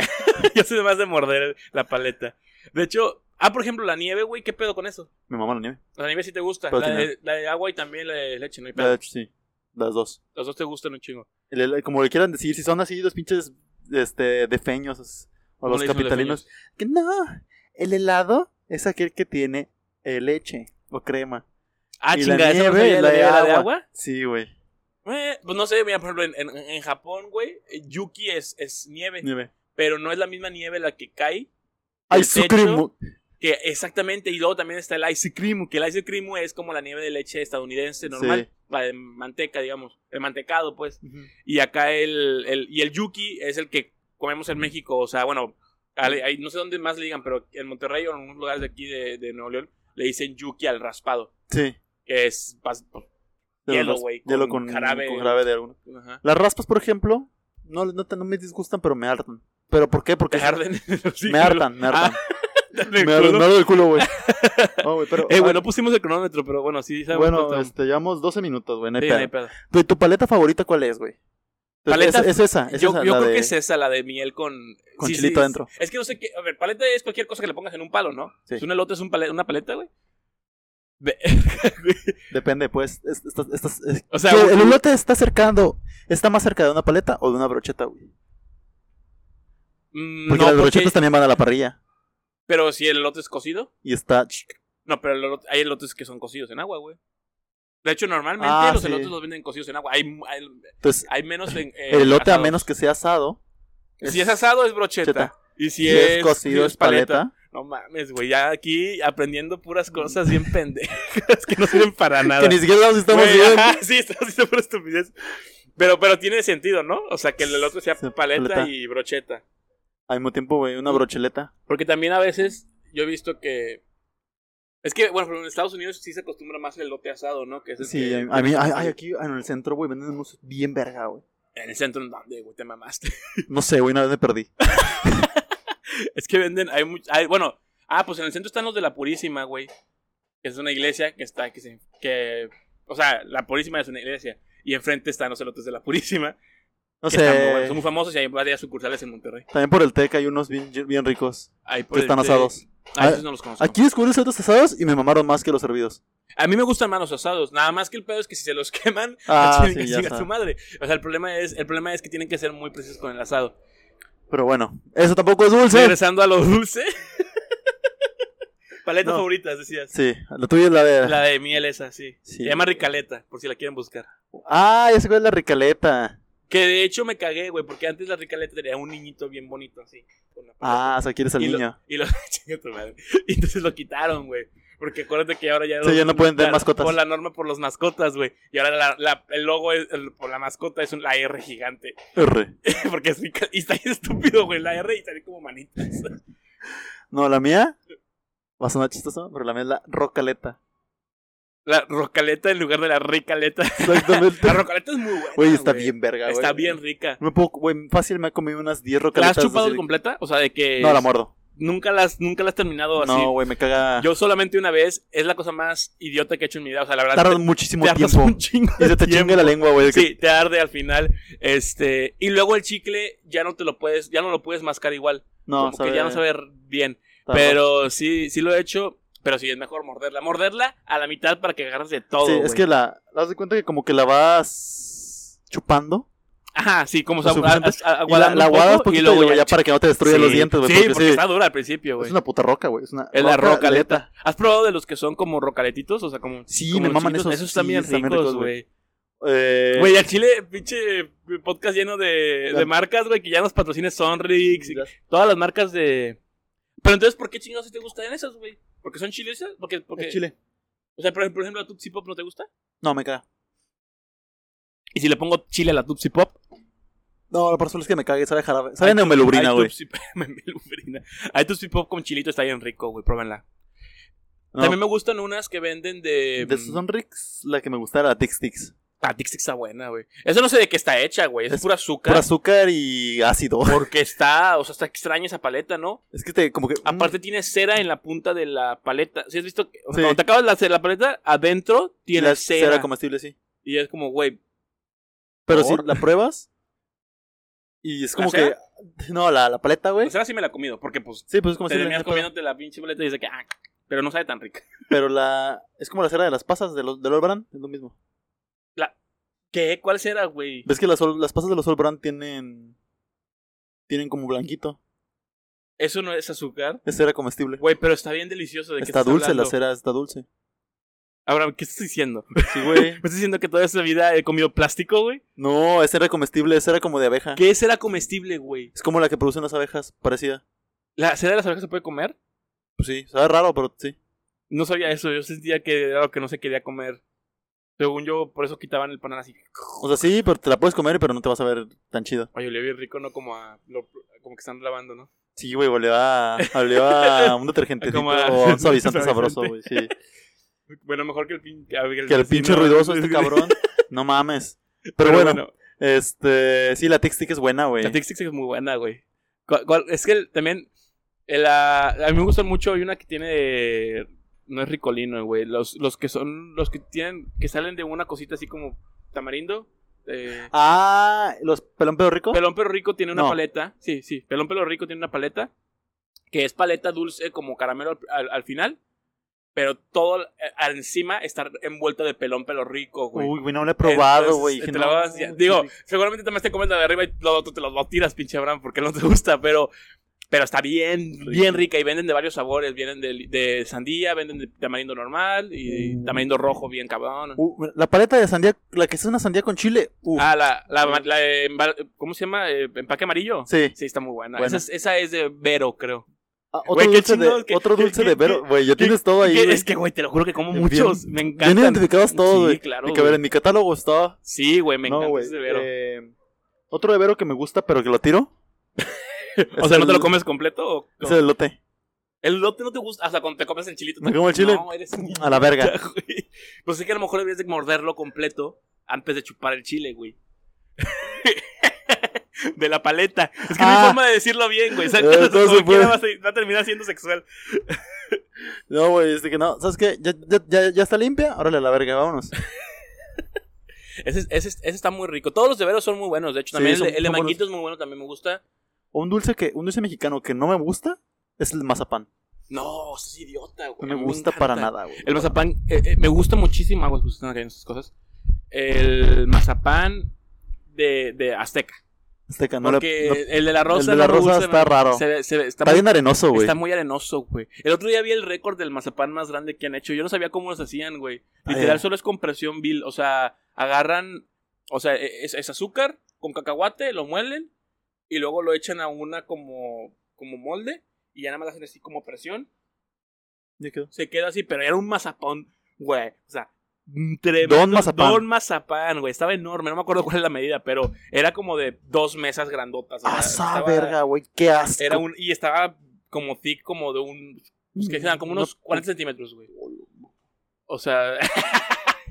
S1: Yo soy más de morder la paleta. De hecho, ah, por ejemplo, la nieve, güey, ¿qué pedo con eso?
S2: Me mama la nieve.
S1: La nieve sí te gusta.
S2: Pero
S1: La
S2: tiene-
S1: de, la de agua y también la de leche, no hay
S2: De
S1: pedo.
S2: hecho, sí, las dos.
S1: Los dos te gustan un chingo.
S2: El- el- como le quieran decir, si son así los pinches este, defeños es- o
S1: ¿Cómo
S2: los
S1: le dicen los
S2: capitalinos. Que no, el helado es aquel que tiene eh, leche o crema.
S1: Ah,
S2: Y la
S1: chingada, ¿esa no
S2: nieve,
S1: sabía,
S2: la de
S1: nieve, la de
S2: agua.
S1: agua.
S2: Sí, güey.
S1: Eh, pues no sé, mira, por ejemplo, en, en- en Japón, güey, eh, Yuki es, es nieve,
S2: Nieve.
S1: pero no es la misma nieve la que cae. del
S2: Ice
S1: techo,
S2: cream.
S1: Que exactamente, y luego también está el ice cream, que el ice cream es como la nieve de leche estadounidense normal, la de manteca, digamos, el mantecado, pues.
S2: Ujú.
S1: Y acá el, el- y el Yuki es el que comemos en México, o sea, bueno, al- ahí- no sé dónde más le digan, pero en Monterrey o en algunos lugares de aquí de, de Nuevo León le dicen yuki al raspado,
S2: Sí.
S1: que es pas-
S2: de
S1: Hielo,
S2: las-
S1: güey,
S2: Hielo
S1: con
S2: con,
S1: jarabe.
S2: con jarabe de alguno.
S1: ajá,
S2: Las raspas, por ejemplo, no, no, te- no me disgustan, pero me hartan. ¿Pero por qué? Porque
S1: te arden.
S2: me hartan, me
S1: Ah,
S2: hartan.
S1: me
S2: me hartan me arde el culo, güey. No, güey, pero-
S1: Eh,
S2: ah,
S1: güey, no pusimos el cronómetro, pero bueno, sí sabemos
S2: bueno,
S1: cuánto-
S2: este, llevamos 12 minutos, güey. no hay
S1: Sí,
S2: pedo.
S1: no hay pedo.
S2: ¿Tu, tu paleta favorita cuál es, güey? Entonces,
S1: Paleta-
S2: Es, es esa, es
S1: yo
S2: esa,
S1: yo
S2: la
S1: creo
S2: de-
S1: que es esa, la de miel con...
S2: Con chilito adentro.
S1: Es que no sé qué... A ver, paleta es cualquier cosa que le pongas en un palo, ¿no?
S2: Sí.
S1: Es un elote, es un pale- una paleta, güey. Ve-
S2: Depende, pues. es- estás- estás- es-
S1: o sea,
S2: ¿Qué?
S1: un-
S2: el elote está cercando. ¿Está más cerca de una paleta o de una brocheta, güey?
S1: mm,
S2: Porque
S1: no,
S2: las
S1: porque-
S2: brochetas también van a la parrilla.
S1: Pero si el elote es cocido.
S2: Y está.
S1: No, pero el elote- hay elotes que son cocidos en agua, güey. De hecho, normalmente
S2: Ah,
S1: los
S2: sí.
S1: elotes los venden cocidos en agua. Hay, hay,
S2: Entonces,
S1: hay menos en... eh,
S2: el elote, a
S1: asados.
S2: menos que sea asado.
S1: Si es asado, es brocheta.
S2: brocheta.
S1: Y si,
S2: Si es, cocido, es paleta.
S1: No mames, güey. Ya aquí aprendiendo puras cosas bien pendejas que no sirven para nada.
S2: Que ni siquiera nos estamos
S1: Güey,
S2: viendo.
S1: ajá, sí, estamos haciendo pura estupidez. Pero, pero tiene sentido, ¿no? O sea, que el otro sea
S2: Sí,
S1: paleta,
S2: paleta.
S1: y brocheta.
S2: Al mismo tiempo, güey, una brocheleta.
S1: Porque también a veces yo he visto que. Es que, bueno, pero en Estados Unidos sí se acostumbra más el lote asado, ¿no? Que es el
S2: Sí,
S1: que-
S2: a a mí, ay, ay, aquí en el centro, güey, venden unos bien verga, güey.
S1: En el centro, ¿en dónde, güey? Te mamaste.
S2: No sé, güey, una vez me perdí.
S1: es que venden. Hay, much- hay- Bueno, ah, pues en el centro están los de la Purísima, güey. Que es una iglesia que está. Que, se- que... O sea, la Purísima es una iglesia. Y enfrente están los elotes de la Purísima.
S2: No
S1: que están muy
S2: sé.
S1: buenos, Son muy famosos y hay varias sucursales en Monterrey.
S2: También por el TEC hay unos bien, bien ricos
S1: Ahí por
S2: que
S1: el
S2: están
S1: te-
S2: asados.
S1: Ah,
S2: Ah,
S1: esos no los conozco.
S2: Aquí descubrí otros asados y me mamaron más que los hervidos.
S1: A mí me gustan más los asados. Nada más que el pedo es que si se los queman,
S2: Ah,
S1: tienen
S2: sí,
S1: que
S2: ya
S1: chingar a
S2: está.
S1: su madre. O sea, el problema es, el problema es que tienen que ser muy precisos con el asado.
S2: Pero bueno, eso tampoco es dulce.
S1: Regresando a lo dulce. Paletas
S2: No.
S1: favoritas, decías.
S2: Sí, la tuya es la de.
S1: La de miel esa, sí.
S2: Sí.
S1: Se llama ricaleta, por si la quieren buscar.
S2: Ah, ese güey es la ricaleta.
S1: Que de hecho me cagué, güey, porque antes la ricaleta tenía un niñito bien bonito así. con la paleta.
S2: Ah, o sea, quieres al
S1: y lo-
S2: niño.
S1: y lo- chinga tu madre. Y entonces lo quitaron, güey. Porque acuérdate que ahora ya.
S2: Sí, ya no pueden tener
S1: la-
S2: mascotas.
S1: Por la norma por los mascotas, güey. Y ahora la- la- el logo es- el- por la mascota es un- la R gigante.
S2: R.
S1: Porque es rica. Y está ahí estúpido, güey. La R y sale como manitas.
S2: No, la mía. Va a sonar chistoso, pero la mía es la rocaleta.
S1: La rocaleta en lugar de la ricaleta.
S2: Exactamente.
S1: La rocaleta es muy buena.
S2: Güey, está
S1: güey.
S2: bien verga, güey.
S1: Está bien rica.
S2: No me puedo, güey, fácil me ha comido unas 10
S1: ¿La
S2: rocaletas.
S1: has chupado
S2: así de-
S1: completa? O sea, de que.
S2: No, la muerdo.
S1: Nunca las, nunca las has terminado así.
S2: No, güey, me caga.
S1: Oh, Yo solamente una vez. Es la cosa más idiota que he hecho en mi vida. O sea, la verdad. te-
S2: Tardan muchísimo
S1: te armas
S2: tiempo.
S1: un chingo
S2: Y se te
S1: de tiempo.
S2: chinga la lengua, güey. de que-
S1: Sí, te arde al final. Este, y luego el chicle ya no te lo puedes, ya no lo puedes mascar igual.
S2: No,
S1: como que ya no sabe bien.
S2: tarda.
S1: Pero sí, sí lo he hecho. Pero sí, es mejor morderla. Morderla a la mitad para que agarres de todo.
S2: Sí, es
S1: güey.
S2: que la. ¿Haz de cuenta que como que la vas chupando?
S1: Ajá, sí, como
S2: Lo
S1: sab- a-
S2: suficiente.
S1: a- a-
S2: Y la,
S1: aguadando
S2: la
S1: un poco
S2: aguadas poquito y
S1: luego
S2: ya, para que no te destruya
S1: Sí.
S2: los dientes, güey.
S1: Sí, porque, está dura al principio, güey.
S2: es una puta roca, güey. Es, una
S1: Es la
S2: rocaleta.
S1: rocaleta. ¿Has probado de los que son como rocaletitos? O sea, como.
S2: Sí,
S1: como
S2: me maman
S1: chiquitos.
S2: esos.
S1: Esos están
S2: Sí,
S1: bien
S2: están bien
S1: ricos,
S2: ricos, güey.
S1: güey.
S2: Eh,
S1: Güey, al chile, pinche podcast lleno de, de
S2: Ya.
S1: marcas, güey, que ya nos patrocina Sonrix y
S2: ya-
S1: Todas las marcas de. Pero entonces, ¿por qué chingados sí te gustan esas, güey? ¿Porque son chilesas? Porque, porque...
S2: es chile.
S1: O sea, por ej- por ejemplo, la Tupsi Pop no te gusta.
S2: No, me caga.
S1: Y si le pongo chile a la Tupsi Pop.
S2: No, lo personal es que me caga, sabe a jarabe. Sabe a
S1: hay
S2: neumelubrina, güey.
S1: Tupsi- Memelubrina. Hay Tupsi Pop con chilito, está bien rico, güey, pruébenla.
S2: No,
S1: También mm. me gustan unas que venden de.
S2: De esos son Ricks, la que me gusta era la Tix Tix.
S1: Ah, Tix Tix está buena, güey. Eso no sé de qué está hecha, güey. Es,
S2: Es
S1: pura azúcar.
S2: Por azúcar y ácido.
S1: Porque está. O sea, está extraña esa paleta, ¿no?
S2: Es que te, como que. mm,
S1: Aparte tiene cera en la punta de la paleta. Si has visto que o sea,
S2: Sí.
S1: cuando te acabas la, cera- la paleta, adentro
S2: y
S1: tiene
S2: la
S1: cera.
S2: cera comestible, sí.
S1: Y es como, güey,
S2: Pero si
S1: favor.
S2: la pruebas. Y es como
S1: ¿La
S2: que. No, la, la paleta, güey.
S1: la cera pues sí me la he comido, porque pues
S2: Sí, pues es como
S1: te
S2: si
S1: terminas comiéndote la pinche paleta y dice que, ah, pero no sabe tan rica.
S2: Pero la. Es como la cera de las pasas de los, del All Brand, es lo mismo.
S1: ¿Qué? ¿Cuál cera, güey?
S2: ¿Ves que las, Sol- las pasas de los All Brand tienen. Tienen como blanquito?
S1: ¿Eso no es azúcar?
S2: Es cera comestible.
S1: Güey, pero está bien delicioso. ¿De qué
S2: Está
S1: estás
S2: dulce, la
S1: hablando?
S2: cera está dulce.
S1: Ahora, ¿qué estás diciendo?
S2: Sí, güey.
S1: ¿Me estás diciendo que toda esta vida he comido plástico, güey?
S2: No, es cera comestible, es cera como de abeja.
S1: ¿Qué cera comestible, güey?
S2: Es como la que producen las abejas, parecida.
S1: ¿La cera de las abejas se puede comer?
S2: Pues sí, sabe raro, pero sí.
S1: No sabía eso. Yo sentía que era lo que no se quería comer. Según yo, por eso quitaban el pan así.
S2: O sea, sí, pero te la puedes comer, pero no te vas a ver tan chido.
S1: Oye, olía bien rico, ¿no? Como a... lo- como que están lavando, ¿no?
S2: Sí, güey, volvió a, olió a un detergente
S1: Como a-
S2: o a un
S1: suavizante.
S2: suavizante sabroso, güey. Sí.
S1: Bueno, mejor que el, pin- que el
S2: Que el
S1: vecino.
S2: pinche ruidoso este cabrón. No mames. Pero, bueno, este. Sí, la Tic Tic es buena, güey.
S1: La Tic Tic es muy buena, güey. ¿Cuál- cuál- Es que el- también. el, ah, a mí me gustan mucho. Hay una que tiene. de- No es ricolino, güey. Los, los que son. Los que tienen. Que salen de una cosita así como tamarindo. eh,
S2: Ah, los pelón pedo rico.
S1: Pelón Pero Rico tiene una
S2: No.
S1: paleta. Sí, sí. Pelón Pero Rico tiene una paleta. Que es paleta dulce como caramelo al, al- al final. Pero todo eh, al encima está envuelto de pelón pelo rico, güey.
S2: Uy, güey, no lo he probado,
S1: Entonces, eh,
S2: güey.
S1: te
S2: Dije,
S1: la
S2: no,
S1: vas-
S2: qué
S1: digo,
S2: rico.
S1: seguramente también te comes la de arriba y lo otro te los tiras, pinche Abraham, porque no te gusta, pero, pero está bien, bien rica y venden de varios sabores. Vienen de, de sandía, venden de tamarindo normal y
S2: Mm.
S1: tamarindo rojo, bien cabrón.
S2: Uh, la paleta de sandía, la que es una sandía con chile. Uh,
S1: Ah, la, la, la de emba- ¿cómo se llama? Eh, empaque amarillo.
S2: sí.
S1: Sí, está muy buena.
S2: Buena.
S1: Esa, es, esa es de Vero, creo.
S2: Ah, otro
S1: Güey, qué
S2: dulce,
S1: chingados
S2: de,
S1: que-
S2: otro dulce
S1: que-
S2: de vero, güey. Ya tienes todo ahí.
S1: Que-
S2: güey.
S1: es que, güey, te lo juro que como
S2: Bien-
S1: muchos. me
S2: Bien
S1: encantan.
S2: identificados todos,
S1: Sí,
S2: güey.
S1: claro,
S2: De que, a ver,
S1: güey.
S2: en mi catálogo estaba.
S1: Sí, güey, me
S2: no,
S1: encanta
S2: güey.
S1: ese de Vero.
S2: eh, otro de Vero que me gusta, pero que lo tiro.
S1: o
S2: Es
S1: sea, ¿no te
S2: el-
S1: lo comes completo? o-
S2: Es el lote.
S1: El lote no te gusta, hasta cuando te comes el chilito.
S2: Me
S1: te-
S2: como el chile.
S1: No, eres un
S2: A la verga.
S1: idiota, güey. Pues sé que a lo mejor deberías de morderlo completo antes de chupar el chile, güey. de la paleta. Es que no
S2: Ah.
S1: hay forma de decirlo bien, güey. O sea,
S2: Eh, no
S1: como
S2: se puede.
S1: quiera vas a- va a terminar siendo sexual.
S2: No, güey, es de que no. ¿Sabes qué? Ya, ya, ya, ya está limpia. Órale, a la verga, vámonos.
S1: Ese, ese, ese está muy rico. Todos los de veros son muy buenos. De hecho,
S2: Sí,
S1: también
S2: son-
S1: el, de- el de
S2: son buenos.
S1: manguito es muy bueno, también me gusta.
S2: Un dulce que, un dulce mexicano que no me gusta es el mazapán.
S1: No, es idiota, güey.
S2: No
S1: A
S2: me
S1: mí
S2: gusta para
S1: encanta.
S2: nada, güey.
S1: El mazapán, eh, eh, me gusta muchísimo. Ah, güey, pues, están acá en esas cosas. El mazapán de, de Azteca.
S2: Azteca, Este no le-
S1: Porque
S2: no-
S1: el de la rosa,
S2: el de la
S1: no me
S2: rosa
S1: gusta,
S2: está
S1: me-
S2: raro.
S1: se ve- se ve- está,
S2: está
S1: muy,
S2: bien arenoso, güey.
S1: está muy arenoso, güey. El otro día vi el récord del mazapán más grande que han hecho. Yo no sabía cómo los hacían, güey.
S2: Ah,
S1: Literal,
S2: ya.
S1: solo es compresión vil. O sea, agarran, o sea, e, es, es azúcar con cacahuate, lo muelen y luego lo echan a una como, como molde y ya nada más hacen así como presión.
S2: Ya quedó.
S1: Se queda así, pero era un mazapán, güey. O sea, un mm, tremendo.
S2: Don mazapán.
S1: Don mazapán, güey. Estaba enorme. No me acuerdo cuál es la medida, pero era como de dos mesas grandotas. o sea,
S2: Ah, esa
S1: estaba-
S2: verga, güey. Qué asco.
S1: era un, y estaba como thick, como de un. pues, que eran como unos
S2: No-
S1: 40 centímetros, güey. O sea.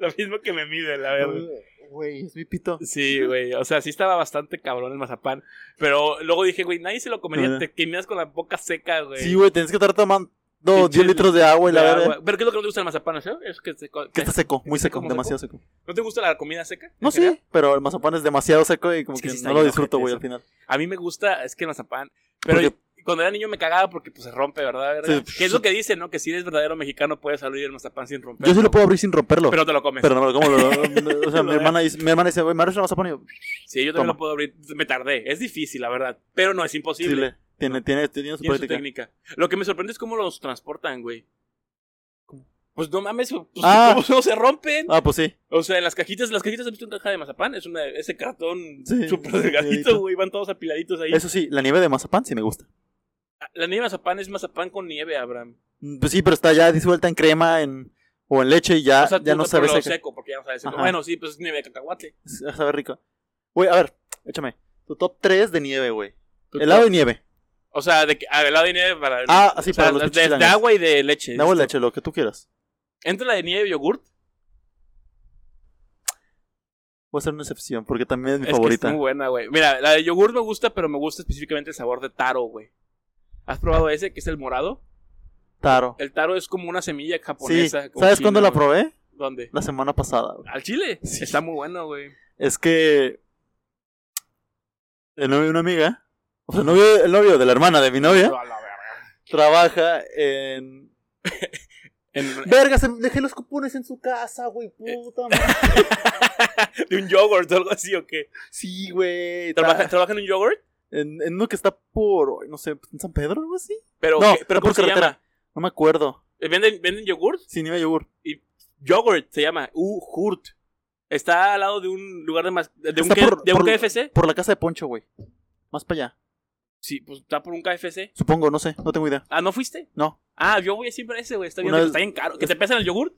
S1: lo mismo que me mide, la verdad.
S2: Güey, es mi pito.
S1: Sí, güey. O sea, sí estaba bastante cabrón el mazapán. Pero luego dije, güey, nadie se lo comería.
S2: Ajá.
S1: Te quemías con la boca seca, güey.
S2: Sí, güey, tienes que estar tomando
S1: Pinche
S2: 10 litros de agua y la
S1: De
S2: verga.
S1: agua. Pero ¿qué es lo que no te gusta del mazapán, no? Es que, se co-
S2: Que está seco, muy
S1: ¿Está
S2: seco,
S1: como
S2: demasiado seco.
S1: ¿No te gusta la comida seca? en
S2: No,
S1: general?
S2: sí, pero el mazapán es demasiado seco y como
S1: Es que
S2: que,
S1: sí está
S2: no lo
S1: bien
S2: disfruto,
S1: ojete
S2: güey,
S1: eso.
S2: al final.
S1: A mí me gusta, es que el mazapán. Pero
S2: Porque-
S1: yo- cuando era niño me cagaba porque pues, se rompe, ¿verdad? ¿verdad?
S2: Sí.
S1: Que es lo que dicen, ¿no? Que si eres verdadero mexicano puedes salir el mazapán sin romper.
S2: Yo sí lo puedo abrir sin romperlo. Pero,
S1: Pero te lo comes.
S2: no me lo como. lo- lo- o sea,
S1: Lo
S2: mi, hermana dice, mi hermana dice, güey, me abres el mazapán y yo,
S1: sí, yo también
S2: Toma.
S1: lo puedo abrir. Me tardé. Es difícil, la verdad. Pero no es
S2: sí,
S1: imposible.
S2: le- tiene, tiene, tiene su
S1: Tiene su
S2: práctica.
S1: técnica. Lo que me sorprende es cómo los transportan, güey. Pues no mames, pues,
S2: Ah.
S1: ¿cómo no se rompen?
S2: Ah, pues sí.
S1: O sea, en las cajitas, las cajitas, ¿has visto una caja de mazapán? Es una, ese cartón
S2: Sí,
S1: súper delgadito,
S2: sí, delgadito.
S1: güey, van todos apiladitos ahí.
S2: Eso sí, la nieve de mazapán sí me gusta.
S1: La nieve de mazapán es mazapán con nieve, Abraham.
S2: Mm, Pues sí, pero está ya disuelta en crema en, o en leche y ya,
S1: o sea,
S2: Ah, ya
S1: tú
S2: no
S1: te-
S2: sabe
S1: pero
S2: seca.
S1: seco, porque ya no sabe seco.
S2: Ajá.
S1: Bueno, sí, pues es nieve de cacahuate.
S2: S- Sabe rico. Güey, a ver, échame. Tu top 3 de nieve, güey. Helado de nieve.
S1: O sea, de que, ah, helado de nieve para...
S2: Ah, sí,
S1: o sea,
S2: para los
S1: de-
S2: pinches
S1: de,
S2: chilangos.
S1: agua y de leche.
S2: De agua y leche, lo que tú quieras.
S1: ¿Entra la de nieve y yogurt?
S2: Voy a hacer una excepción porque también es mi
S1: Es que
S2: favorita.
S1: es muy buena, güey. Mira, la de yogur me gusta, pero me gusta específicamente el sabor de taro, güey. ¿Has probado ese, que es el morado?
S2: Taro.
S1: El taro es como una semilla
S2: Sí,
S1: japonesa. como
S2: ¿sabes
S1: china,
S2: cuándo la
S1: güey.
S2: probé?
S1: ¿Dónde?
S2: La semana pasada, güey.
S1: ¿Al chile?
S2: Sí.
S1: Está muy bueno, güey.
S2: Es que. El novio de una amiga. O sea, el novio, el novio de la hermana de mi novia.
S1: Pero a la verga.
S2: Trabaja en.
S1: En-
S2: Verga, se- dejé los cupones en su casa, güey,
S1: Eh.
S2: puta madre.
S1: de un yogurt o algo así, ¿o
S2: Ah.
S1: qué?
S2: Sí, güey. ta-
S1: ¿Trabaja, trabaja en un yogurt?
S2: En, en uno que está por. No sé, en San Pedro o algo así.
S1: Pero,
S2: No,
S1: ¿qué- pero
S2: no
S1: ¿cómo
S2: por
S1: se
S2: carretera.
S1: llama?
S2: No me acuerdo.
S1: Eh, ¿Venden, ¿Venden yogurt?
S2: Sí, nieve yogur.
S1: Yogurt se llama. Uh, Hurt. Está al lado de un lugar de mas- de un,
S2: Está
S1: K-
S2: por-
S1: de un
S2: por-
S1: KFC.
S2: Por la casa de Poncho, güey. Más para allá.
S1: Sí, pues está por un KFC.
S2: Supongo, no sé, no tengo idea.
S1: Ah, ¿no fuiste?
S2: No.
S1: Ah, yo voy siempre a ese, güey. Está bien,
S2: Una
S1: rico,
S2: vez-
S1: está bien caro. ¿Que te pesan el yogur?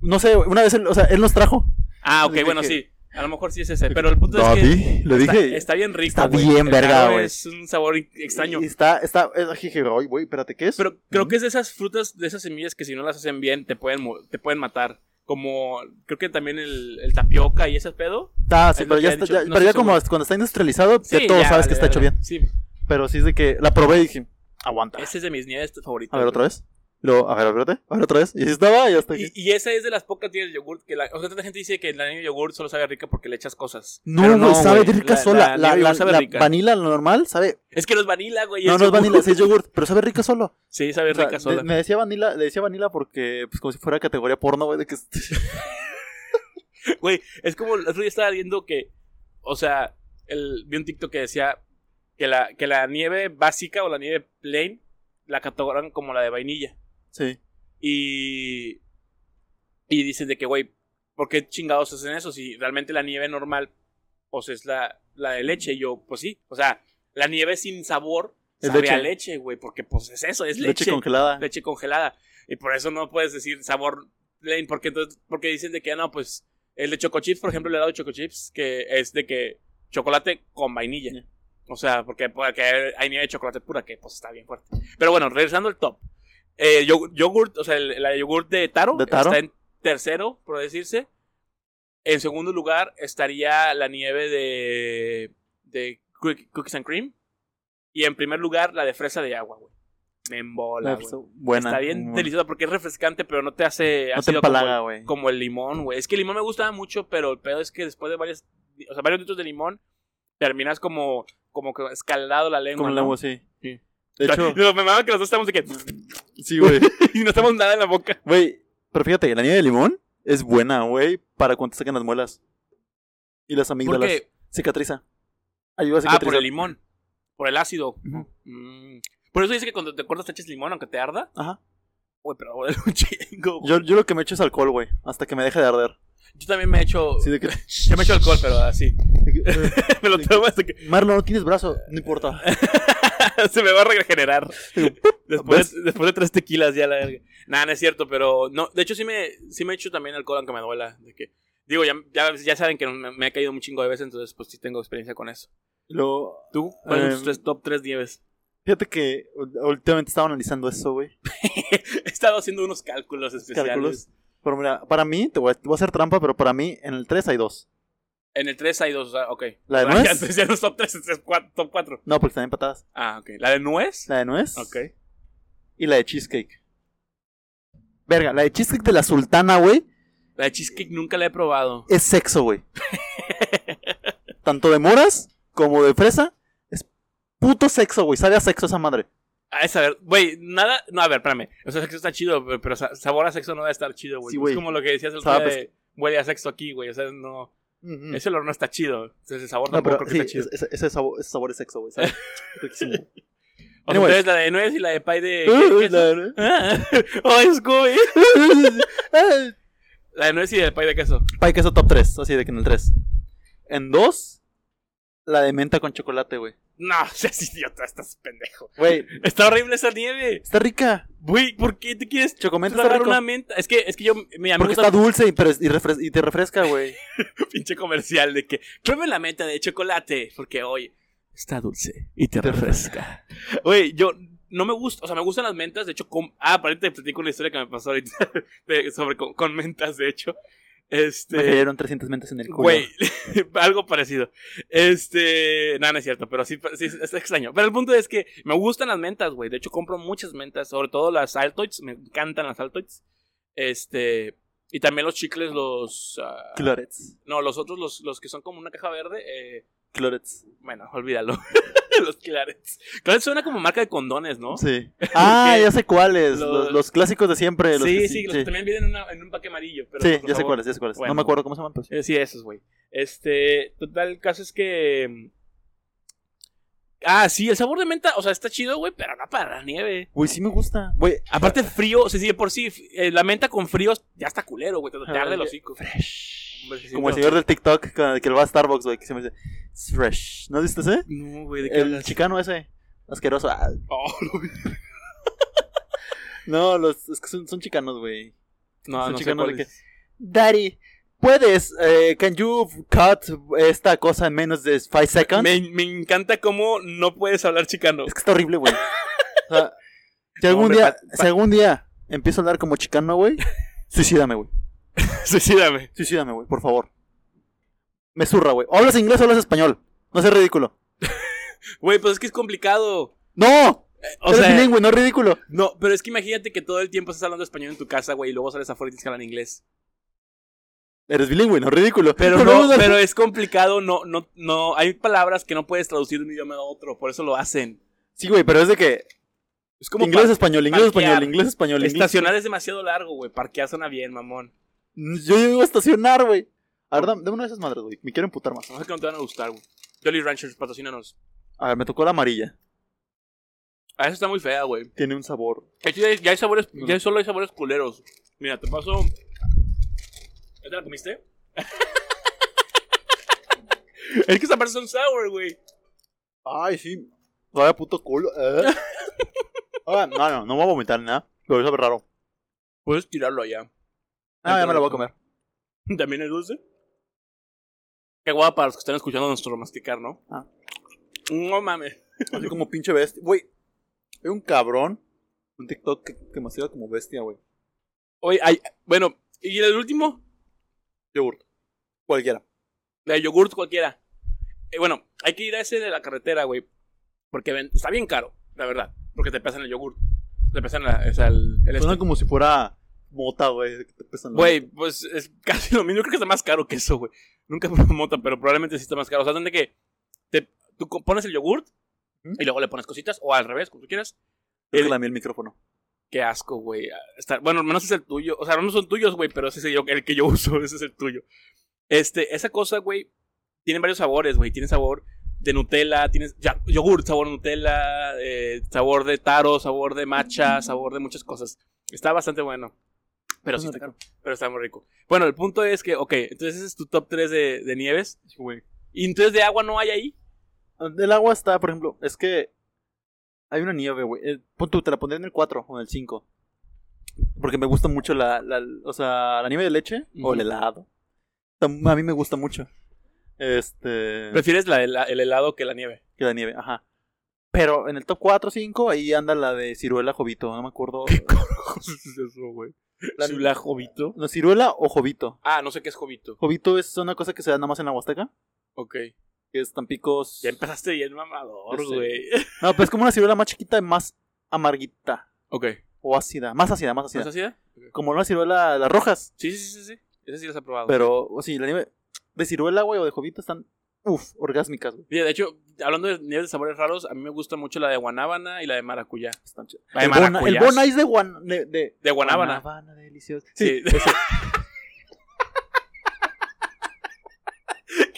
S2: No sé, una vez, él, o sea, él nos trajo.
S1: Ah, ok,
S2: Dije
S1: bueno,
S2: que-
S1: sí. A lo mejor sí es ese. Pero el punto es que.
S2: Dobby, le
S1: está, este,
S2: dije.
S1: Está bien rico.
S2: está
S1: güey.
S2: bien
S1: El
S2: verga,
S1: caro
S2: güey.
S1: Es un sabor i- extraño.
S2: Y está, está, es- dije, "Ay, güey, espérate, ¿qué es?
S1: Pero creo que es de esas frutas, de esas semillas que si no las hacen bien te pueden, mu- te pueden matar. Como creo que también el, el tapioca y ese pedo.
S2: Está, sí,
S1: es lo
S2: pero
S1: que
S2: ya,
S1: ha
S2: está-
S1: dicho,
S2: ya-
S1: no
S2: pero ya
S1: estoy
S2: como cuando está industrializado, ya todos sabes
S1: vale,
S2: que está hecho
S1: vale.
S2: bien.
S1: Sí,
S2: Pero sí es de que la probé y dije, aguanta.
S1: ese es de mis nieves favoritas.
S2: A ver,
S1: güey.
S2: otra vez. Luego, a ver, espérate, a ver, otra vez. Y así estaba, y hasta que.
S1: Y, y esa es de las pocas tiene el yogurt que la, o sea, tanta gente dice que la niña yogurt solo sabe rica porque le echas cosas.
S2: No,
S1: Pero
S2: güey, sabe
S1: güey,
S2: rica
S1: la-
S2: sola. La,
S1: niño
S2: la,
S1: yogur sabe
S2: la
S1: rica.
S2: vanilla, la normal, sabe.
S1: Es que no es vanilla, güey.
S2: No,
S1: es
S2: no es
S1: yogur.
S2: vanilla, sí es yogurt, pero sabe rica solo.
S1: Sí, sabe
S2: O sea,
S1: rica
S2: de-
S1: sola.
S2: me decía vanilla, le decía vanilla porque, pues, como si fuera categoría porno, güey, de que.
S1: Güey, es como el otro día estaba viendo que, o sea, el, vi un TikTok que decía que la, que la nieve básica o la nieve plain la catalogan como la de vainilla.
S2: Sí.
S1: Y, y dicen de que, güey, ¿por qué chingados hacen eso? Si realmente la nieve normal, pues es la, la de leche. Y yo, pues sí, o sea, la nieve sin sabor
S2: Es
S1: sabe a
S2: leche.
S1: leche, güey, porque pues es eso, es
S2: Leche,
S1: leche
S2: congelada.
S1: leche congelada. Y por eso no puedes decir sabor plain, porque entonces, porque dicen de que ah, no, pues el de Choco Chips, por ejemplo, el helado de Choco Chips, que es de que chocolate con vainilla. O sea, porque, porque hay nieve de chocolate pura que pues está bien fuerte. Pero bueno, regresando al top. Eh, yo- yogurt, o sea, el, la yogurt de Taro,
S2: ¿De Taro?
S1: está en tercero, por decirse. En segundo lugar estaría la nieve de, de Cook- Cookies and Cream. Y en primer lugar la de fresa de agua, güey. Me embola,
S2: La-
S1: güey.
S2: Ah, pues, buena.
S1: Está bien
S2: muy buena.
S1: deliciosa porque es refrescante, pero no te hace
S2: No te
S1: ácido como,
S2: empalaga,
S1: el-
S2: güey.
S1: como el limón, güey. Es que el limón me gustaba mucho, pero el pedo es que después de varias, o sea, varios litros de limón, terminas como, como que escaldado la lengua.
S2: Como el
S1: ¿no?
S2: agua, sí.
S1: Sí.
S2: De hecho,
S1: Lo- me mama que los dos estamos de que.
S2: sí, güey.
S1: y no estamos nada en la boca.
S2: Güey, pero fíjate, la nieve de limón es buena, güey, para cuando te sacan las muelas. Y las amígdalas.
S1: Porque.
S2: Cicatriza. Ayuda a
S1: Ah,
S2: cicatrizar.
S1: por el limón. Por el ácido.
S2: Ujú.
S1: Mm. Por eso dice que cuando te cortas te eches limón, aunque te arda.
S2: Ajá.
S1: Güey, pero duele un chingo. güey.
S2: Yo, yo lo que me echo es alcohol, güey, hasta que me deje de arder.
S1: Yo también me he hecho.
S2: Sí, de que...
S1: Yo me he hecho alcohol, pero así. me lo tomo hasta que.
S2: Marlon, no tienes brazo, no importa.
S1: se me va a regenerar.
S2: Digo,
S1: Después, después de tres tequilas ya la verga. Nada, no es cierto, pero no, de hecho sí me sí me echo también alcohol aunque me duela, de que digo, ya, ya, ya saben que me, me ha caído un chingo de veces, entonces pues sí tengo experiencia con eso.
S2: Luego,
S1: ¿Tú cuáles son tus
S2: Em,
S1: tres- top 3 nieves?
S2: fíjate que ul- últimamente estaba analizando eso, güey.
S1: He estado haciendo unos cálculos especiales.
S2: Cálculos. Pero mira, para mí, te voy a, te voy a hacer trampa, pero para mí en el 3 hay dos.
S1: En el 3 hay dos, o sea, ok.
S2: ¿La de
S1: Ah,
S2: nuez?
S1: ya, entonces ya no es top 3, es cua- top 4.
S2: No, porque están empatadas.
S1: Ah, ok. ¿La de nuez?
S2: La de nuez
S1: Ok.
S2: y la de cheesecake. Verga, la de cheesecake de la sultana, güey,
S1: La de cheesecake nunca la he probado.
S2: es sexo, güey. Tanto de moras como de fresa, es puto sexo, güey. Sabe a sexo esa madre.
S1: Ah, es a ver, güey, nada, no, a ver, espérame. O sea, sexo está chido, güey, pero sa- sabor a sexo no debe estar chido, güey.
S2: Sí, güey.
S1: Es como lo que decías el otro
S2: Sabe
S1: día de huele a sexo aquí, güey. O sea, no,
S2: Mm, mm.
S1: ese olor no está chido. Entonces el sabor
S2: No,
S1: tampoco
S2: pero
S1: creo que
S2: sí,
S1: está chido.
S2: es- ese, ese sabor, ese sabor es sexo, güey. sabe riquísimo.
S1: O sea,
S2: anyways.
S1: entonces la de nuez y la de pie de
S2: Uh,
S1: queso.
S2: la-
S1: Ah, ¡Ay, Scooby!
S2: Ay.
S1: La de nuez y la de pie de queso.
S2: Pie queso top 3, así de que en el 3. En 2, la de menta con chocolate, güey.
S1: No, seas idiota, estás pendejo.
S2: Güey,
S1: Está horrible esa nieve.
S2: está rica.
S1: Güey, ¿por qué te quieres
S2: Chocomenta está
S1: tragar
S2: rico.
S1: una menta? Es que, es que yo, mira, me
S2: Porque
S1: gusta
S2: está dulce y, pero es- y refres- y te refresca, güey.
S1: un pinche comercial de que pruebe la menta de chocolate, porque hoy está dulce y te refresca. Oye, yo no me gusta, o sea, me gustan las mentas, de hecho, com- ah, aparte te platico una historia que me pasó ahorita de- sobre con, con mentas, de hecho.
S2: Me
S1: Este,
S2: cayeron 300 mentas en el culo.
S1: güey, algo parecido. Este, nada, no es cierto, pero sí, sí, es extraño. Pero el punto es que me gustan las mentas, güey. De hecho, compro muchas mentas, sobre todo las Altoids, me encantan las Altoids. Este, y también los chicles, los ah,
S2: Clorets.
S1: no, los otros, los, los que son como una caja verde, eh,
S2: Clorets.
S1: bueno, olvídalo. los clarets. Clarets suena como marca de condones, ¿no?
S2: Sí. Ah,
S1: Ok.
S2: ya sé cuáles. Los,
S1: Los-
S2: los clásicos de siempre. Los
S1: sí,
S2: que
S1: sí, los que también vienen en, una- en un paquete amarillo. Pero
S2: Sí,
S1: por
S2: ya sé
S1: favor.
S2: cuáles, ya sé cuáles.
S1: Bueno.
S2: No me acuerdo cómo se llaman, pero sí.
S1: Eh, sí, esos, güey. Este, total, el caso es que... mm, Ah, sí, el sabor de menta, o sea, está chido, güey, pero no para la nieve.
S2: Güey, sí me gusta. Güey,
S1: Aparte, frío, o sea, sí, de por sí, eh, la menta con frío ya está culero, güey, te, te
S2: Ah,
S1: arde el
S2: ya.
S1: hocico. Hombre, sí,
S2: como el
S1: no.
S2: señor del TikTok con el que va a Starbucks, güey, que se me dice "It's fresh. ¿No viste ese?
S1: No, güey, ¿de qué
S2: El
S1: hablas?
S2: chicano ese. Asqueroso. Ah,
S1: Oh,
S2: No, los, es que son, son chicanos, güey.
S1: no,
S2: Son
S1: no sé
S2: chicanos de
S1: cuál es.
S2: Daddy, ¿puedes, eh, can you cut esta cosa en menos de 5 seconds?
S1: Me, me encanta cómo no puedes hablar chicano.
S2: Es que está horrible, güey. O sea, si
S1: No,
S2: algún
S1: hombre,
S2: día,
S1: pa- pa-
S2: si algún día empiezo a hablar como chicano, güey, suicídame, güey.
S1: Suicídame.
S2: Suicídame, güey, por favor. Me zurra, güey. O hablas inglés o hablas español. No seas ridículo.
S1: Güey, pues es que es complicado.
S2: ¡No!
S1: O
S2: Eres
S1: sea,
S2: bilingüe, no ridículo.
S1: no, pero es que imagínate que todo el tiempo estás hablando español en tu casa, güey, y luego sales afuera y tienes que hablar inglés.
S2: Eres bilingüe, no ridículo.
S1: Pero no,
S2: Volvemos al-
S1: pero es complicado, no, no, no. Hay palabras que no puedes traducir de un idioma a otro, por eso lo hacen.
S2: Sí, güey, pero es de que
S1: Es como
S2: inglés,
S1: pa-
S2: español, inglés,
S1: parquear.
S2: español, inglés, español, inglés.
S1: estacionar es demasiado largo, güey. Parquear suena bien, mamón.
S2: Yo digo estacionar, güey. A ver, dame, dame una de esas madres, güey. Me quiero emputar más.
S1: No sé que no te van a gustar, güey. Jolly Ranchers, patrocínanos.
S2: A ver, me tocó la amarilla.
S1: A eso está muy fea, güey.
S2: Tiene un sabor.
S1: De hecho, ya, hay- ya hay sabores, ya solo hay sabores culeros. Mira, te paso. ¿Ya te la comiste? es que esta parte son sour, güey.
S2: Ay, sí. Vaya puto culo. eh. Ah, no, no, no voy a vomitar nada. Pero sabe raro.
S1: Puedes tirarlo allá.
S2: Ah, ya me la voy a comer.
S1: ¿También es dulce? Qué guapa para los que están escuchando nuestro masticar, ¿no?
S2: Ah.
S1: No mames.
S2: Así como pinche bestia. Güey, hay un cabrón. Un TikTok que, que mastiga como bestia, güey.
S1: Oye, ay, bueno, ¿y el último?
S2: Yogurt. Cualquiera.
S1: De yogurt cualquiera. Eh, bueno, hay que ir a ese de la carretera, güey. Porque ven- está bien caro, la verdad. Porque te pesan el yogurt. Te pesan la- o sea, el, el
S2: Suena
S1: este.
S2: como si fuera mota, güey. que te pesan los-
S1: Güey, pues es casi lo mismo. Yo creo que está más caro que eso, güey. Nunca probé mota, pero probablemente sí está más caro. O sea, donde que te, tú co- pones el yogurt
S2: Ujú.
S1: y luego le pones cositas, o al revés, como tú quieras.
S2: Creo que
S1: el-
S2: lamí el micrófono.
S1: Qué asco, güey. Está- bueno, al menos es el tuyo. O sea, no son tuyos, güey, pero ese es el, el que yo uso, ese es el tuyo. Este, esa cosa, güey, tiene varios sabores, güey. Tiene sabor de Nutella, tienes ya, yogur, sabor Nutella, eh, sabor de taro, sabor de matcha, sabor de muchas cosas. Está bastante bueno. Pero sí,
S2: Suena
S1: está, pero está muy rico. Bueno, el punto es que, ok, entonces ese es tu top 3 de, de nieves.
S2: Güey.
S1: Y entonces de agua no hay ahí.
S2: Del agua está, por ejemplo, es que hay una nieve, güey. Eh, pon tú, te la pondré en el 4 o en el 5. Porque me gusta mucho la, la- o sea, la nieve de leche o
S1: Ujú.
S2: el helado. Tam- A mí me gusta mucho. Este,
S1: Prefieres la, hela- el helado que la nieve.
S2: que la nieve, ajá. Pero en el top 4 o 5 ahí anda la de ciruela jovito, no me acuerdo.
S1: ¿Qué es eso, güey?
S2: La-
S1: ¿Chula jovito?
S2: No, ciruela o jovito.
S1: Ah, no sé qué es jovito.
S2: Jovito es una cosa que se da nada más en la Huasteca,
S1: Ok.
S2: que es Tampicos.
S1: Ya empezaste bien mamador,
S2: Ya sé.
S1: güey.
S2: No, pero es como una ciruela más chiquita y más amarguita
S1: Ok.
S2: o ácida, más ácida, más
S1: ¿No
S2: ácida.
S1: es ácida?
S2: Como una ciruela las rojas.
S1: Sí, sí, sí, sí, sí. Esa sí las ha probado.
S2: Pero, o sí, la nieve de ciruela, güey, o de jovito están, uff, orgásmicas, güey.
S1: Mira, de hecho, hablando de nieves de sabores raros, a mí me gusta mucho la de guanábana y la de maracuyá.
S2: Están chidas.
S1: La de
S2: El bon, el
S1: maracuyá.
S2: bon ice de, guan, de, de
S1: De guanábana.
S2: Guanábana, delicioso.
S1: Sí.
S2: Sí,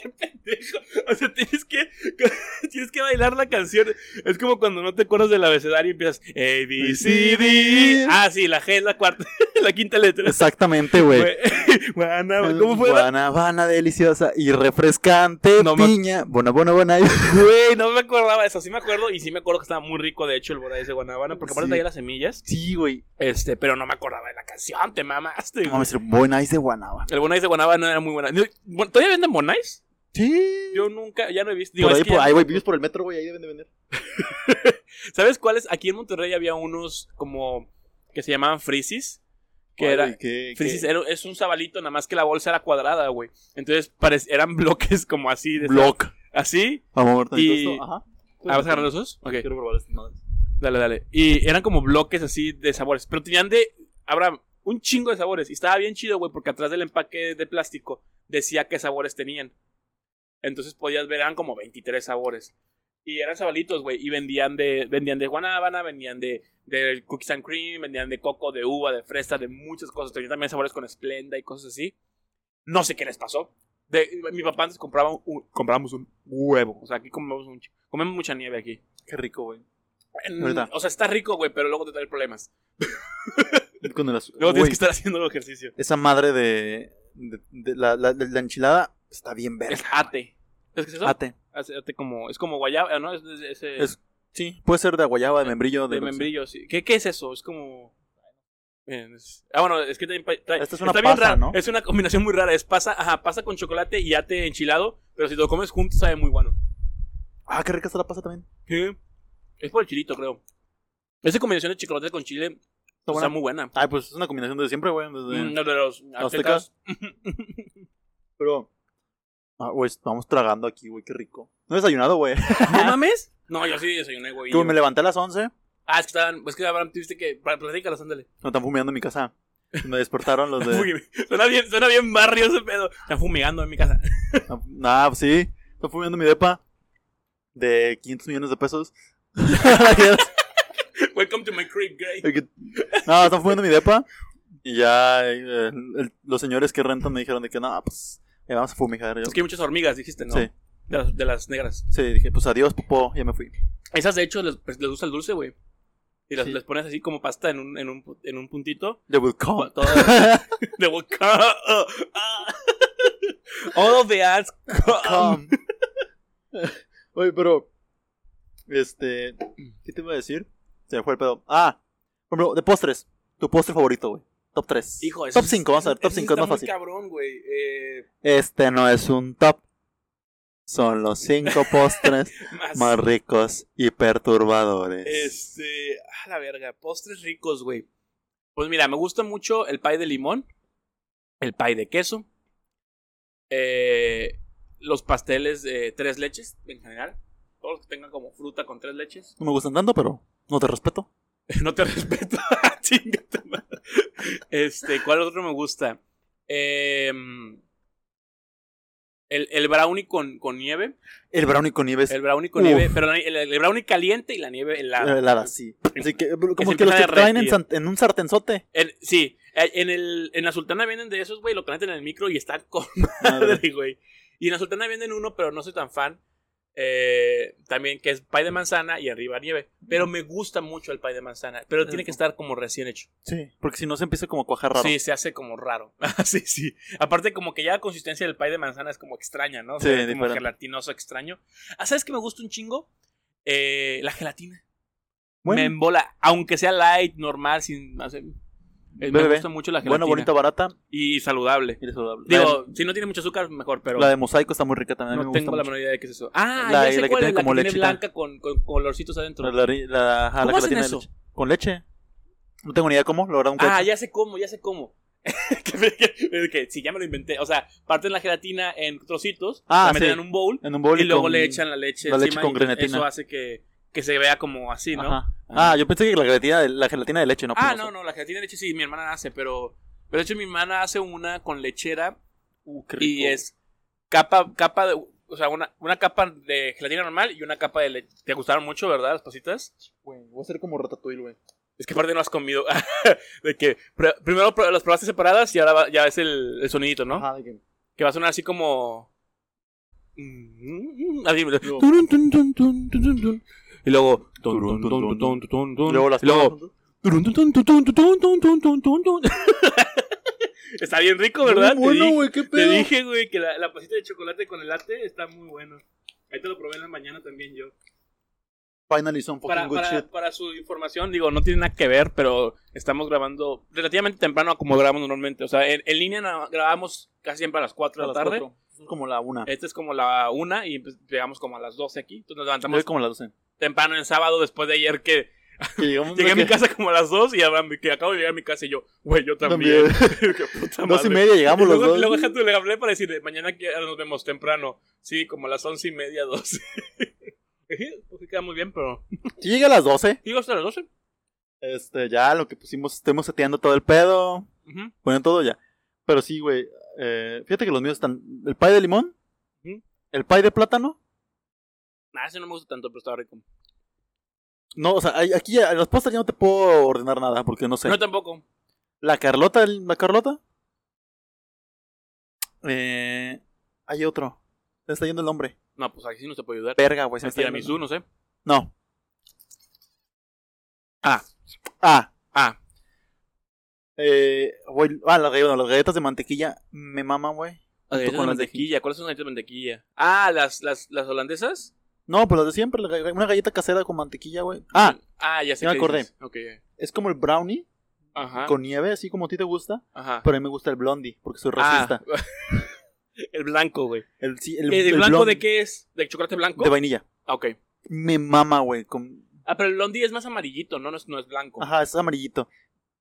S1: Qué pendejo. O sea, tienes que, tienes que bailar la canción. Es como cuando no te acuerdas del abecedario y empiezas A, B, C, D. Ah, sí, la G es la cuarta, la quinta letra.
S2: exactamente, güey.
S1: Güey. Guanábana. ¿Cómo fue?
S2: Guanábana deliciosa y refrescante,
S1: No me-
S2: piña, bona, bona, bona.
S1: Güey, no me acordaba de eso. Sí me acuerdo y sí me acuerdo que estaba muy rico, de hecho, el borracho de guanábana. Porque aparte
S2: Sí.
S1: traía las semillas.
S2: Sí, güey.
S1: Este, pero no me acordaba de la canción, te mamaste.
S2: No
S1: güey.
S2: mames, el bon ice de guanábana.
S1: El Bonais de Guanábana era muy buena. Ni- bueno, ¿Todavía venden Bonais?
S2: Sí.
S1: Yo nunca, ya no he visto. Digo, es
S2: por ahí,
S1: que
S2: por
S1: ya-
S2: ahí, güey, vives por el metro, güey, ahí deben de vender.
S1: ¿Sabes cuáles? Aquí en Monterrey había unos como que se llamaban Frisis. Que
S2: Ay,
S1: era.
S2: güey, qué-
S1: Frisis
S2: qué-
S1: era- es un sabalito, nada más que la bolsa era cuadrada, güey. Entonces parec- eran bloques como así. De
S2: Block.
S1: Así.
S2: Vamos a ver tantito
S1: Y-
S2: esto, Ajá.
S1: Ah, ¿Vas a agarrar esos? Ok.
S2: Quiero probar este estas madres.
S1: Dale, dale. Y eran como bloques así de sabores. Pero tenían de. Habrá un chingo de sabores. Y estaba bien chido, güey, porque atrás del empaque de plástico decía qué sabores tenían. Entonces podías ver, eran como 23 sabores. Y eran sabalitos, güey. Y vendían de, vendían de guanábana, vendían de, de cookies and cream, vendían de coco, de uva, de fresa, de muchas cosas. Tenían también sabores con esplenda y cosas así. No sé qué les pasó. De, mi papá antes compraba un, un- comprábamos un huevo. O sea, aquí comemos, un, ch- comemos mucha nieve aquí.
S2: Qué rico, güey.
S1: Mm,
S2: Ahorita.
S1: O sea, está rico, güey, pero luego te trae problemas.
S2: Con el azúcar.
S1: Luego tienes
S2: Güey,
S1: que estar haciendo ejercicio.
S2: Esa madre de, de- de la, la- de la enchilada está bien
S1: Es
S2: verga.
S1: ate. ¿Sabes qué es eso?
S2: Ate.
S1: Hace- ate como, es como guayaba, ¿no? Es, es- es- eh,
S2: Es- Sí, puede ser de guayaba, de membrillo, de,
S1: de membrillo, sí. ¿Qué, ¿Qué es eso? Es como... Miren, es- Ah, bueno, es que también pa- trae-
S2: Esta es una
S1: está bien
S2: pasa,
S1: rara,
S2: ¿no?
S1: Es una combinación muy rara. Es pasa, ajá, pasa con chocolate y ate enchilado, pero si lo comes junto sabe muy bueno.
S2: Ah, qué rica está la pasa también.
S1: Sí. Es por el chilito, creo. Esa combinación de chocolate con chile está,
S2: Está buena.
S1: muy buena.
S2: Ay, pues es una combinación de siempre, güey. desde-
S1: Mm, la de los aztecas.
S2: Aztecas. Pero. Ah, güey, vamos tragando aquí, güey, qué rico. No he desayunado, güey.
S1: ¿No mames? No, yo sí desayuné, güey.
S2: Que me levanté a las 11.
S1: Ah, es que estaban, es que Abraham, tuviste que, para platícalos, ándale.
S2: No están fumeando en mi casa. Me despertaron los de.
S1: Uy, Suena bien, suena bien barrio ese pedo. Están fumigando en mi casa.
S2: Ah, pues sí. Están fumeando mi depa. De 500 millones de pesos. no,
S1: Welcome to my crib, Grey.
S2: están fumeando mi depa. Y ya eh, el- los señores que rentan me dijeron de que, no, pues, eh, vamos a fumigar. Yo,
S1: Es que hay muchas hormigas, dijiste, ¿no?
S2: Sí,
S1: De las, de las negras.
S2: sí, dije, pues adiós, popó, ya me fui.
S1: Esas, de hecho, les, pues, les gusta el dulce, güey. Y las,
S2: Sí.
S1: les pones así como pasta en un, en un, pu- en un puntito.
S2: They will come.
S1: Todo- de boca. Ah. All of the ads.
S2: Come. Oye, pero. Este. ¿Qué te iba a decir? Se me fue el pedo. Ah, por ejemplo, de postres. Tu postre favorito, güey. Top 3.
S1: Hijo, eso
S2: top
S1: es-
S2: 5, vamos a ver.
S1: eso-
S2: Top
S1: eso
S2: 5 es
S1: está
S2: más
S1: muy
S2: fácil.
S1: cabrón, güey. Eh,
S2: Este no es un top. Son los 5 postres
S1: más-
S2: más ricos y perturbadores.
S1: Este, a la verga, postres ricos, güey. Pues mira, me gusta mucho el pie de limón, el pie de queso, eh, los pasteles de tres leches en general, todos los que tengan como fruta con tres leches.
S2: No me gustan tanto, pero no te respeto.
S1: No te respeto, chinga tu madre. Este, ¿cuál otro me gusta? Em, el, el brownie con, con nieve,
S2: El brownie con nieves.
S1: el brownie con
S2: Uf.
S1: nieve, pero el, el brownie caliente y la nieve helada.
S2: helada, sí. Así que, como
S1: se
S2: que los
S1: empieza
S2: que
S1: a
S2: traen en,
S1: derretir.
S2: san- en un sartenzote.
S1: En- sí, eh, en, el, en la Sultana venden de esos, güey, lo calientan en el micro y está con madre, güey. Y en la Sultana venden uno, pero no soy tan fan. eh, también que es pay de manzana y arriba nieve. Pero me gusta mucho el pay de manzana, pero tiene que estar como recién hecho.
S2: Sí. Porque si no se empieza como a cuajar raro.
S1: Sí, se hace como raro. Ah, sí, sí. Aparte, como que ya la consistencia del pay de manzana es como extraña, ¿no? O
S2: Sí,
S1: sea, como
S2: diferente.
S1: gelatinoso, extraño. Ah, ¿Sabes qué me gusta un chingo? Eh, la gelatina.
S2: Bueno.
S1: Me embola, aunque sea light, normal, sin. hacer- eh, me
S2: Bebe.
S1: gusta mucho la gelatina.
S2: Bueno, bonita, barata
S1: y saludable.
S2: y de saludable.
S1: Digo, si no tiene mucho azúcar, mejor, pero
S2: la de, la de mosaico está muy rica también. A mí
S1: no
S2: me
S1: tengo la
S2: gusta
S1: menor idea de qué es eso. Ah,
S2: La-
S1: ya sé
S2: la que
S1: cuál es,
S2: tiene
S1: la
S2: como
S1: que tiene
S2: lechita.
S1: blanca con, con colorcitos adentro.
S2: mucho. La, la- la- ajá, la
S1: ¿Cómo hacen
S2: gelatina de
S1: eso?
S2: leche. Con leche. No tengo ni idea cómo, lo hará un
S1: ah,
S2: cacho.
S1: ya sé cómo, ya sé cómo. que, que- que sí, ya me lo inventé. O sea, parten la gelatina en trocitos,
S2: Ah,
S1: la meten
S2: sí.
S1: en un bowl
S2: En un bowl
S1: y luego
S2: con-
S1: le echan la leche
S2: la leche
S1: encima
S2: con
S1: y
S2: grenetina.
S1: Eso hace que, que se vea como así, ¿no?
S2: Ajá. Ah, yo pensé que la gelatina de, la gelatina de leche, no. pues
S1: ah,
S2: no
S1: no,
S2: sé.
S1: no, la gelatina de leche sí, mi hermana hace, pero. Pero de hecho, mi hermana hace una con lechera
S2: Uh, qué
S1: y
S2: rico.
S1: es capa, capa de. O sea, una, una capa de gelatina normal y una capa de leche. ¿Te gustaron mucho, verdad, las pasitas?
S2: Güey, voy a ser como ratatouille, güey.
S1: Es que aparte no has comido. de que pr- primero pr- las probaste separadas y ahora va- ya es el, el sonidito, ¿no?
S2: Ajá, de que-
S1: Que va a sonar así como. Mm, mm, así,
S2: Luego-
S1: turun, tun, tun, tun, tun, tun, tun. Y luego. tun, tun, tun, tun, tun, tun, tun.
S2: Y luego las
S1: Y luego, turun, tun, tun, tun, tun, tun, tun, tun, tun, tun, tun. Está bien rico, ¿verdad? Te
S2: Bueno,
S1: dije-
S2: güey, qué
S1: Te
S2: pedo.
S1: dije, güey, que la, la pasita de chocolate con el latte está muy bueno. Ahí te lo probé en la mañana también yo.
S2: Finally some fucking
S1: Para,
S2: good
S1: para-
S2: shit.
S1: para su información, digo, no tiene nada que ver, pero estamos grabando relativamente temprano a como grabamos normalmente. O sea, en, en línea na- grabamos casi siempre a las 4 de la
S2: A las
S1: tarde.
S2: cuatro. Ah. Son como la una.
S1: Esta es como la 1 y pues, llegamos como a las 12 aquí. Entonces nos levantamos
S2: Yo como las doce.
S1: temprano en sábado después de ayer que
S2: Que llegamos
S1: llegué a mi
S2: que-
S1: casa como a las 2 y Abraham, que acabo de llegar a mi casa y yo, güey, yo también.
S2: También.
S1: Qué puta
S2: Dos y
S1: madre.
S2: media llegamos los
S1: luego,
S2: dos.
S1: luego deja tú, le hablé para decirle, mañana que- nos vemos temprano. Sí, como a las 11 y media, 12. pues sí queda muy bien, pero...
S2: Sí, llegué a las 12.
S1: Digo hasta las 12.
S2: Este, ya lo que pusimos, estemos seteando todo el pedo.
S1: Ujú.
S2: Bueno, todo ya. Pero sí, güey. eh, fíjate que los míos están. El pie de limón.
S1: Ujú.
S2: El pie de plátano.
S1: Nah, Ah, ese no me gusta tanto, pero está rico.
S2: No, o sea, hay- aquí ya- en los postres ya no te puedo ordenar nada porque no sé.
S1: No tampoco.
S2: La Carlota, el- la Carlota. Eh, hay otro. Se está yendo el nombre.
S1: No, pues aquí sí no se puede ayudar.
S2: Verga, güey. Se me
S1: El
S2: está yendo el
S1: tiramisú, no sé.
S2: nombre. No.
S1: Ah.
S2: Ah.
S1: Ah,
S2: Eh, güey, ah, las, galletas, las galletas de mantequilla me maman, güey.
S1: las galletas de
S2: con las de
S1: mantequilla. ¿Cuáles son las galletas de mantequilla? Ah, las, las, las holandesas.
S2: No, pues las de siempre. la ga- una galleta casera con mantequilla, güey. Ah,
S1: Ah, ya sé.
S2: Ya me
S1: qué
S2: acordé.
S1: dices. Ok.
S2: es como el brownie.
S1: Ajá.
S2: con nieve, así como a ti te gusta.
S1: Ajá.
S2: Pero a mí me gusta el blondie, porque soy racista.
S1: Ah. el blanco, güey.
S2: El, sí,
S1: ¿El,
S2: el,
S1: el
S2: el
S1: blanco
S2: blondie
S1: de qué es? ¿De chocolate blanco?
S2: De vainilla.
S1: ah, ok.
S2: Me mama, güey. con-
S1: Ah, pero el blondie es más amarillito, ¿no? No es, no es blanco.
S2: Ajá, es amarillito.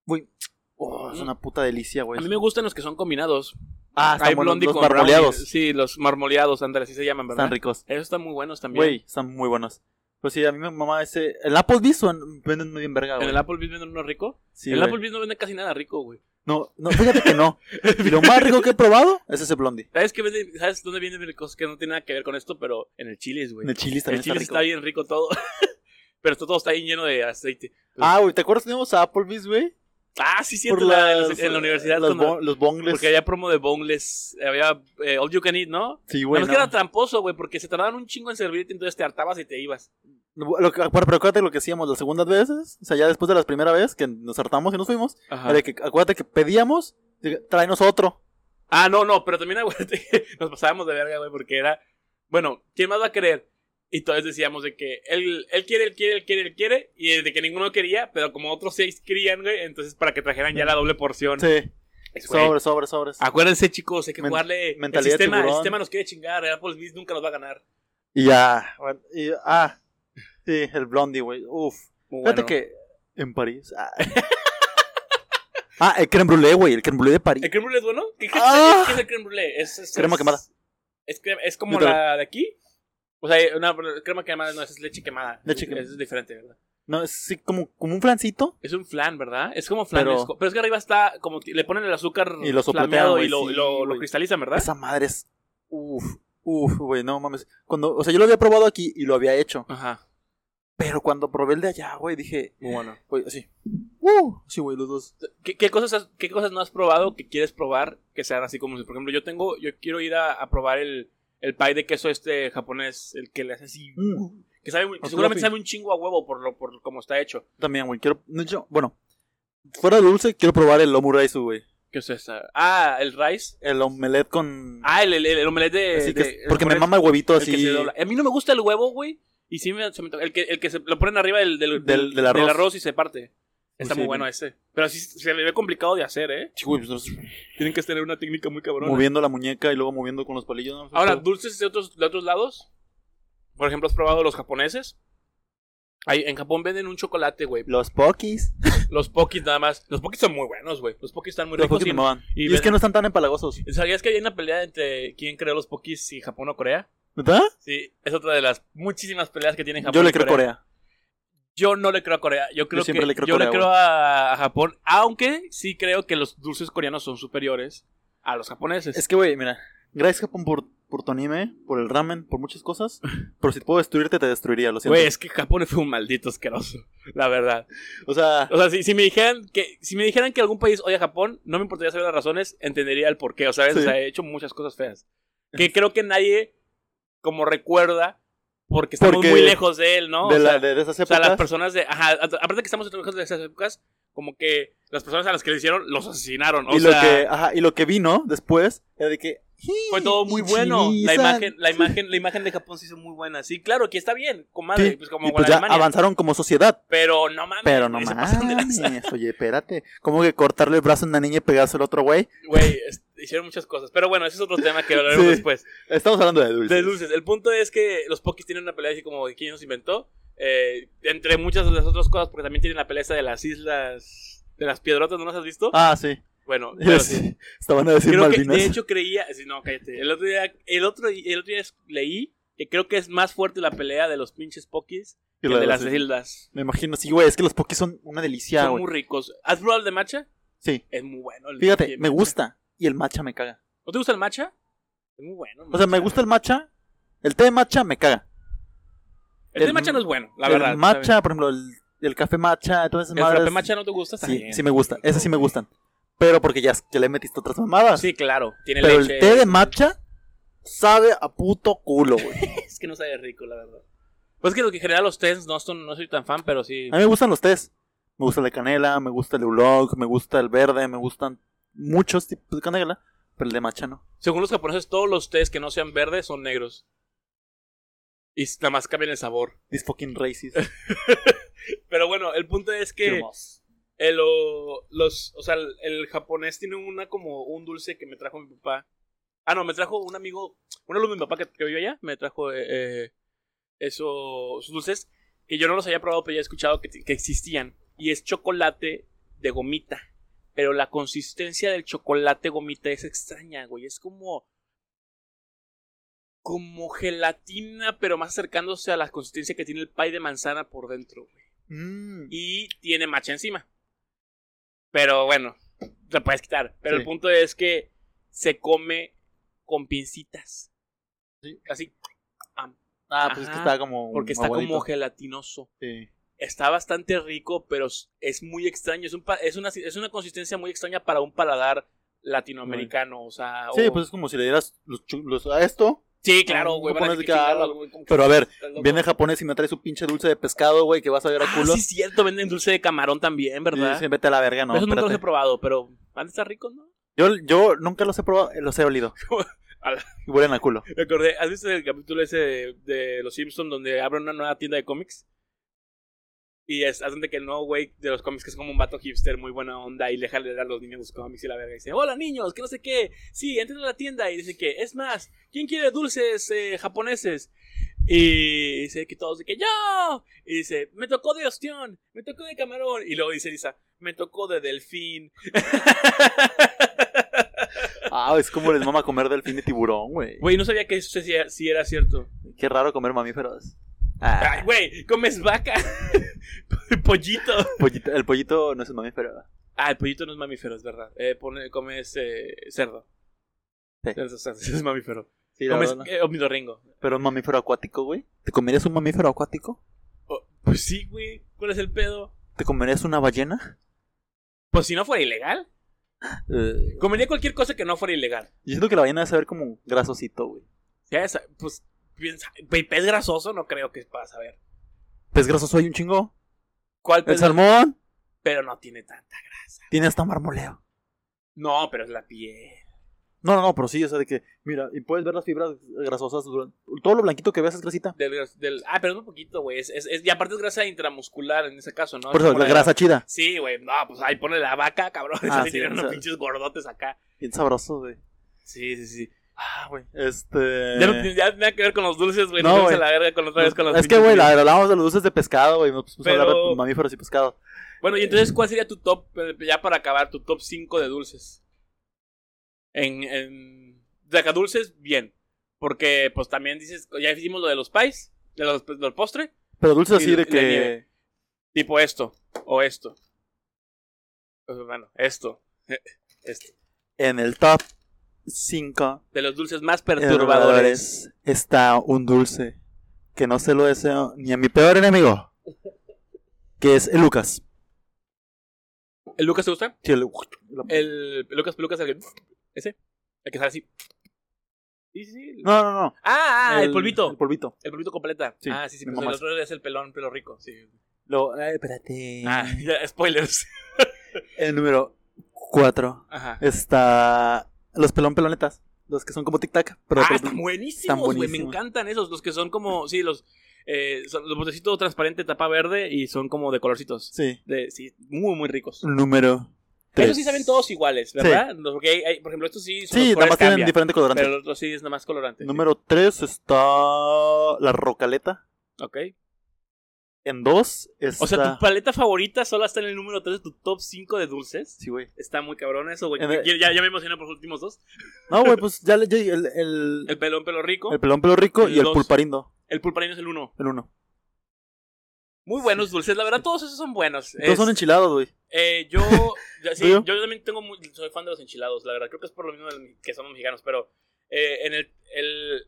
S2: Güey, oh, es una puta delicia,
S1: Mm. A mí
S2: güey.
S1: me gustan los que son combinados.
S2: pues. Ah, están
S1: Hay
S2: buenos,
S1: blondie
S2: los
S1: con brownie.
S2: marmoleados.
S1: Sí, los marmoleados, ándale, así se llaman, ¿verdad?
S2: Están ricos.
S1: Esos están muy buenos también.
S2: Güey, están muy buenos. Pero sí, a mí me mama ese... El Applebee's o en- venden muy bien verga,
S1: ¿En
S2: güey.
S1: el Applebee's venden uno rico?
S2: Sí,
S1: el
S2: güey.
S1: Applebee's no vende casi nada rico, güey.
S2: No, no, fíjate que no. Y lo más rico que he probado es ese blondie.
S1: ¿Sabes qué vende? ¿Sabes dónde vienen mis cosas que no tienen nada que ver con esto? Pero en el Chili's, güey.
S2: En el chilis
S1: El
S2: también
S1: Chili's
S2: está
S1: está
S2: rico.
S1: bien rico todo. pero esto todo está bien lleno de aceite.
S2: Ah, güey, ¿te acuerdas que teníamos a Applebee's, güey?
S1: Ah, sí,
S2: Por
S1: siento la- en la-
S2: las-
S1: en la universidad.
S2: Los,
S1: cuando-
S2: bon- los bongles.
S1: porque había promo de boneless. Había eh, all you can eat, ¿no?
S2: Sí,
S1: Pero
S2: güey.
S1: es
S2: No,
S1: que era tramposo, güey, porque se tardaban un chingo en servirte, entonces te hartabas y te ibas.
S2: Lo que- pero acuérdate lo que hacíamos las segundas veces. O sea, ya después de la primera vez que nos hartamos y nos fuimos.
S1: Ajá.
S2: Era que, acuérdate que pedíamos, de- tráenos otro.
S1: Ah, no, no, pero también acuérdate que nos pasábamos de verga, güey, porque era, bueno, ¿quién más va a querer? Y todos decíamos de que él, él quiere, él quiere, él quiere, él quiere, y de que ninguno quería, pero como otros seis querían, güey, entonces para que trajeran ya la doble porción.
S2: Sí.
S1: Güey,
S2: Sobres, sobres, sobres.
S1: Acuérdense, chicos, hay que
S2: Men-
S1: jugarle. El
S2: mentalidad de
S1: sistema, el
S2: tiburón.
S1: sistema nos quiere chingar, el Applebee's nunca nos va a ganar.
S2: Y ya. bueno, y- ah. Sí, el blondie, güey. Uf.
S1: Muy
S2: Fíjate
S1: bueno.
S2: que en París. Ah, Ah, el creme brulee, güey. El creme brulee de París.
S1: ¿El creme brulee es bueno? ¿Qué, qué-
S2: Ah.
S1: qué es el creme brulee? Es, es-
S2: Crema
S1: es-
S2: quemada.
S1: Es, cre- es como
S2: Literal.
S1: la de aquí. O sea, una crema quemada no, es leche quemada.
S2: Leche quemada.
S1: Es diferente, ¿verdad?
S2: No, es así como, como un flancito.
S1: Es un flan, ¿verdad? Es como flan.
S2: Pero-
S1: es co- Pero, es que arriba está como que le ponen el azúcar
S2: Y lo soplotean,
S1: flameado
S2: güey,
S1: y lo,
S2: sí,
S1: lo- lo
S2: güey.
S1: cristalizan, ¿verdad?
S2: Esa madre es. Uf. Uf, güey, no mames. Cuando, o sea, yo lo había probado aquí y lo había hecho.
S1: Ajá.
S2: Pero cuando probé el de allá, güey, dije,
S1: Muy bueno.
S2: güey, así. Uh, sí, güey, los dos.
S1: ¿Qué, qué cosas has- ¿Qué cosas no has probado que quieres probar que sean así como... Por ejemplo, yo tengo... Yo quiero ir a, a probar el, el pie de queso este japonés. El que le hace así...
S2: Mm.
S1: Que, sabe, que
S2: Ah,
S1: seguramente
S2: fluffy.
S1: sabe un chingo a huevo por lo por cómo está hecho.
S2: También, güey, quiero. no, yo- bueno, fuera de dulce, quiero probar el omuraisu, güey.
S1: ¿Qué es esa? Ah, el rice.
S2: El omelette con.
S1: Ah, el, el, el omelette de...
S2: así que-
S1: de-
S2: porque me
S1: japonés,
S2: mama el huevito
S1: el que
S2: así.
S1: se dobla. A mí no me gusta el huevo, güey. Y sí me, se me to- el, que, el que se lo ponen arriba del, del,
S2: Del- del arroz. Pues
S1: y se parte. Está
S2: Sí,
S1: muy bueno
S2: güey.
S1: ese. Pero sí se le ve complicado de hacer, ¿eh?
S2: Sí, güey, pues,
S1: Tienen que tener una técnica muy cabrona.
S2: moviendo la muñeca y luego moviendo con los palillos. ¿no?
S1: Ahora,
S2: Pero-
S1: dulces de otros, de otros lados. Por ejemplo, ¿has probado los japoneses? Ahí, en Japón venden un chocolate, güey.
S2: los pokis.
S1: Los pokis nada más. Los pokis son muy buenos, güey. Los pokis están muy
S2: Los
S1: ricos.
S2: pokis
S1: y-
S2: me maman.
S1: y
S2: Y,
S1: ven-
S2: es que no están tan empalagosos.
S1: ¿Sabías que hay una pelea entre quién creó los pokis, si Japón o Corea?
S2: ¿Verdad?
S1: Sí, es otra de las muchísimas peleas que tienen Japón.
S2: Yo le
S1: y
S2: creo Corea.
S1: Yo no le creo a Corea. Yo creo
S2: siempre
S1: que
S2: le creo a
S1: yo le
S2: Corea,
S1: creo a, a Japón, aunque sí creo que los dulces coreanos son superiores a los japoneses.
S2: Es que, güey, mira. Gracias, Japón, por, por tu anime, por el ramen, por muchas cosas. Pero si puedo destruirte, te destruiría, lo siento.
S1: Güey, es que Japón fue un maldito asqueroso, la verdad.
S2: o sea,
S1: O sea, si, si me dijeran que si me dijeran que algún país odia a Japón, no me importaría saber las razones, entendería el porqué, o sea,
S2: Sí.
S1: o sea, he hecho muchas cosas feas que creo que nadie como recuerda porque estamos
S2: Porque
S1: muy lejos de él, ¿no?
S2: de,
S1: O
S2: la-
S1: sea,
S2: de- de esas
S1: O sea,
S2: épocas.
S1: las personas de. Ajá, a- aparte de que estamos lejos de esas épocas, como que las personas a las que le hicieron los asesinaron. O
S2: y,
S1: sea,
S2: lo que, ajá, y lo que vino después era de que.
S1: fue todo muy bueno. La
S2: Ichi-san.
S1: imagen, la imagen, la imagen de Japón se hizo muy buena. Sí, claro, que está bien, comadre,
S2: Sí,
S1: pues como
S2: y
S1: con
S2: pues ya
S1: Alemania.
S2: avanzaron como sociedad.
S1: Pero no mames.
S2: Pero no
S1: güey, se pasaron de
S2: mames,
S1: lanza.
S2: oye, espérate. ¿Cómo que cortarle el brazo a una niña y pegárselo al otro güey?
S1: Güey, es- hicieron muchas cosas. Pero bueno, ese es otro tema que hablaremos
S2: Sí.
S1: después.
S2: Estamos hablando de dulces.
S1: De dulces. El punto es que los Pokis tienen una pelea así como de quién los inventó. Eh, entre muchas de las otras cosas, porque también tienen la pelea esa de las islas. De las piedrotas, ¿no las has visto?
S2: Ah, sí.
S1: Bueno, pero
S2: Ellos Estaban a decir
S1: Creo que,
S2: Malvinas.
S1: de hecho, creía. sí, No, cállate. El otro día, el otro, el otro día es- leí que creo que es más fuerte la pelea de los pinches pokis
S2: Y
S1: que
S2: la
S1: de
S2: de
S1: las
S2: las-
S1: islas.
S2: Me imagino, sí, güey. Es que los pokis son una delicia,
S1: Son
S2: güey.
S1: muy ricos. ¿Has probado el de matcha?
S2: Sí.
S1: Es muy bueno. el de
S2: Fíjate,
S1: matcha.
S2: me gusta. Y el matcha me caga.
S1: ¿No te gusta el matcha? Es muy bueno. el
S2: O sea, me
S1: matcha.
S2: gusta el matcha. El té de matcha me caga.
S1: El, de
S2: el-
S1: matcha no es bueno, la
S2: el
S1: verdad. está
S2: matcha, por ejemplo, el, el café matcha, todas esas
S1: bien. El frappé
S2: madres.
S1: matcha no te gusta. Está
S2: Sí,
S1: bien.
S2: sí me gusta. Esas sí me gustan. Pero porque ya, ya le metiste otras mamadas.
S1: Sí, claro. Tiene
S2: Pero
S1: leche.
S2: el té de matcha sabe a puto culo, güey.
S1: Es que no sabe rico, la verdad. Pues es que lo que genera los tés no, son, no soy tan fan, pero sí.
S2: A mí me gustan los tés. Me gusta el de canela, me gusta el de ulog, me gusta el verde, me gustan muchos tipos de canela, pero el de matcha no.
S1: Según los japoneses, todos los tés que no sean verdes son negros. Y s- nada más cambian el sabor.
S2: These fucking racist.
S1: Pero bueno, el punto es que
S2: Hermoso.
S1: eh, lo- los, o sea, el, el japonés tiene una como un dulce que me trajo mi papá. Ah, no, me trajo un amigo, un alumno de mi papá que, que vivió allá, me trajo eh, eh, esos dulces que yo no los había probado, pero ya he escuchado que, que existían. Y es chocolate de gomita. Pero la consistencia del chocolate gomita es extraña, güey. Es como. Como gelatina, pero más acercándose a la consistencia que tiene el pie de manzana por dentro, güey.
S2: Mm.
S1: Y tiene macha encima. Pero bueno, te puedes quitar. Pero el
S2: Sí.
S1: punto es que se come con pincitas.
S2: Sí.
S1: Así,
S2: Ah, pues es que
S1: Ajá,
S2: está como.
S1: porque está
S2: abuelito.
S1: como gelatinoso.
S2: Sí.
S1: Está bastante rico, pero s- es muy extraño. Es, un pa- es, una, es una consistencia muy extraña para un paladar latinoamericano. O sea,
S2: Sí,
S1: o-
S2: pues es como si le dieras los, chu- los- a esto.
S1: sí, claro, güey. van
S2: ¿cómo
S1: a
S2: pones
S1: decir
S2: de
S1: que
S2: cada
S1: chingados,
S2: lado?
S1: güey, como que
S2: Pero a ver,
S1: estás loco.
S2: viene japonés y me trae su pinche dulce de pescado, güey, que vas a ver a
S1: Ah,
S2: culo.
S1: sí, es cierto, venden dulce de camarón también,
S2: Y
S1: ¿verdad?
S2: dicen, vete a la verga, no,
S1: Eso nunca los he
S2: espérate.
S1: probado, pero van a estar ricos, ¿no?
S2: Yo, yo nunca los he probado, eh, los he olido.
S1: A la-
S2: Y huelen a culo.
S1: Me acordé, ¿has visto el capítulo ese de, de Los Simpsons donde abren una nueva tienda de cómics? Y es, hacen de que el nuevo güey de los cómics, que es como un vato hipster muy buena onda, y le jala a los niños los cómics y la verga. Y dice, hola niños, que no sé qué. Sí, entren a la tienda. Y dice que, es más, ¿quién quiere dulces eh, japoneses? Y dice que todos de que yo. Y dice, me tocó de ostión, me tocó de camarón. Y luego dice Lisa, me tocó de delfín.
S2: Ah, es como les mama comer delfín de tiburón, güey.
S1: Güey, no sabía que eso sí, sí era cierto.
S2: Qué raro comer mamíferos. Ah,
S1: Ay, güey, comes vaca. pollito.
S2: pollito- el pollito no es un mamífero.
S1: Ah, el pollito no es mamífero, es verdad. Eh, pone- comes eh, cerdo.
S2: Sí.
S1: Cerdo, cerdo, es mamífero.
S2: Sí, la
S1: Comes
S2: verdad, no.
S1: eh, omnidorringo.
S2: Pero un mamífero acuático, güey. ¿Te comerías un mamífero acuático?
S1: Oh, pues sí, güey. ¿Cuál es el pedo?
S2: ¿Te comerías una ballena?
S1: Pues si no fuera ilegal.
S2: Eh,
S1: Comería cualquier cosa que no fuera ilegal.
S2: yo siento que la ballena debe saber como grasosito, güey.
S1: Ya esa- pues piensa, güey, pez grasoso no creo que pasa. A ver.
S2: Pez Pues grasoso hay un chingo.
S1: ¿Cuál
S2: El
S1: pez?
S2: salmón
S1: Pero no tiene tanta.
S2: tiene hasta marmoleo.
S1: No, pero es la piel.
S2: No, no, no, pero sí, o sea, de que, mira, y puedes ver las fibras grasosas. durante- Todo lo blanquito que ves es grasita.
S1: Del, gras- del- ah, pero es un poquito, güey. Es, es- es- y aparte es grasa intramuscular en ese caso, ¿no?
S2: Por
S1: Es
S2: eso,
S1: como
S2: Ah, la grasa chida.
S1: Sí, güey, no, pues ahí pone la vaca, cabrón.
S2: Ah,
S1: Así
S2: sí,
S1: tienen
S2: o
S1: unos
S2: sea-
S1: pinches gordotes acá.
S2: Bien sabroso, güey.
S1: Sí, sí, sí.
S2: Ah, güey. Este.
S1: Ya no tiene ya nada que ver con los dulces, güey.
S2: No,
S1: No, vamos a
S2: güey.
S1: la verga con otra vez con los
S2: es que,
S1: pinches
S2: güey, la-
S1: dulces.
S2: hablábamos de los dulces de pescado, güey. Nos pusimos a hablar
S1: Pero-
S2: de mamíferos y pescado.
S1: Bueno, y entonces, ¿cuál sería tu top, eh, ya para acabar, tu top 5 de dulces? En. en... De acá dulces, bien. Porque, pues también dices, ya hicimos lo de los pies, de los, pues, del postre,
S2: Pero dulces
S1: Y
S2: así
S1: la-
S2: de
S1: y la nieve.
S2: que.
S1: tipo esto, o esto. Pues, bueno, esto. Esto.
S2: En el top 5
S1: De los dulces más perturbadores.
S2: está un dulce que no se lo deseo ni a mi peor enemigo, que es el Lucas.
S1: ¿El Lucas te gusta?
S2: Sí, el-
S1: El Lucas Pelucas, el que. Ese. El que sale así. Sí, sí, sí.
S2: No, no, no.
S1: Ah, ah, el, polvito.
S2: El
S1: El,
S2: polvito.
S1: polvito completa.
S2: Sí,
S1: ah, sí, sí.
S2: mi
S1: Pues el
S2: mamá
S1: otro es el pelón, pelo rico. Sí.
S2: Lo, ay, espérate.
S1: Ah, ya, spoilers.
S2: El número 4
S1: Ajá.
S2: está los pelón pelonetas, los que son como tic tac, pero pues,
S1: Ah,
S2: de-
S1: están buenísimos,
S2: están
S1: güey. Me
S2: buenísimos.
S1: encantan esos. Los que son como. Sí, los. Eh, son los botecitos transparente, tapa verde y son como de colorcitos.
S2: sí.
S1: De, sí, muy, muy ricos.
S2: Número 3.
S1: Esos sí saben todos iguales, ¿verdad? Los- porque hay- hay- por ejemplo, estos sí son.
S2: Sí,
S1: los
S2: nada
S1: colores
S2: más tienen
S1: cambian,
S2: diferente colorante.
S1: Pero los otros sí es nada más colorante. sí.
S2: Número 3 está la rocaleta.
S1: Ok.
S2: En 2 está
S1: O sea, tu paleta favorita solo está en el número 3 de tu top 5 de dulces.
S2: Sí, güey.
S1: Está muy cabrón eso, güey.
S2: En el-
S1: Ya, ya me emocioné por los últimos dos.
S2: No, güey, pues ya le ya- el, el,
S1: El pelón pelo rico.
S2: el pelón pelo rico
S1: el
S2: y el
S1: dos.
S2: pulparindo,
S1: El pulparino es el uno.
S2: el uno.
S1: Muy buenos dulces. La verdad, todos esos son buenos.
S2: Todos son
S1: Es-
S2: enchilados, güey.
S1: eh, yo, ya- sí,
S2: ¿Tuyo?
S1: yo también tengo muy- soy fan de los enchilados, la verdad. Creo que es por lo mismo del- que somos mexicanos. Pero eh, en el, el,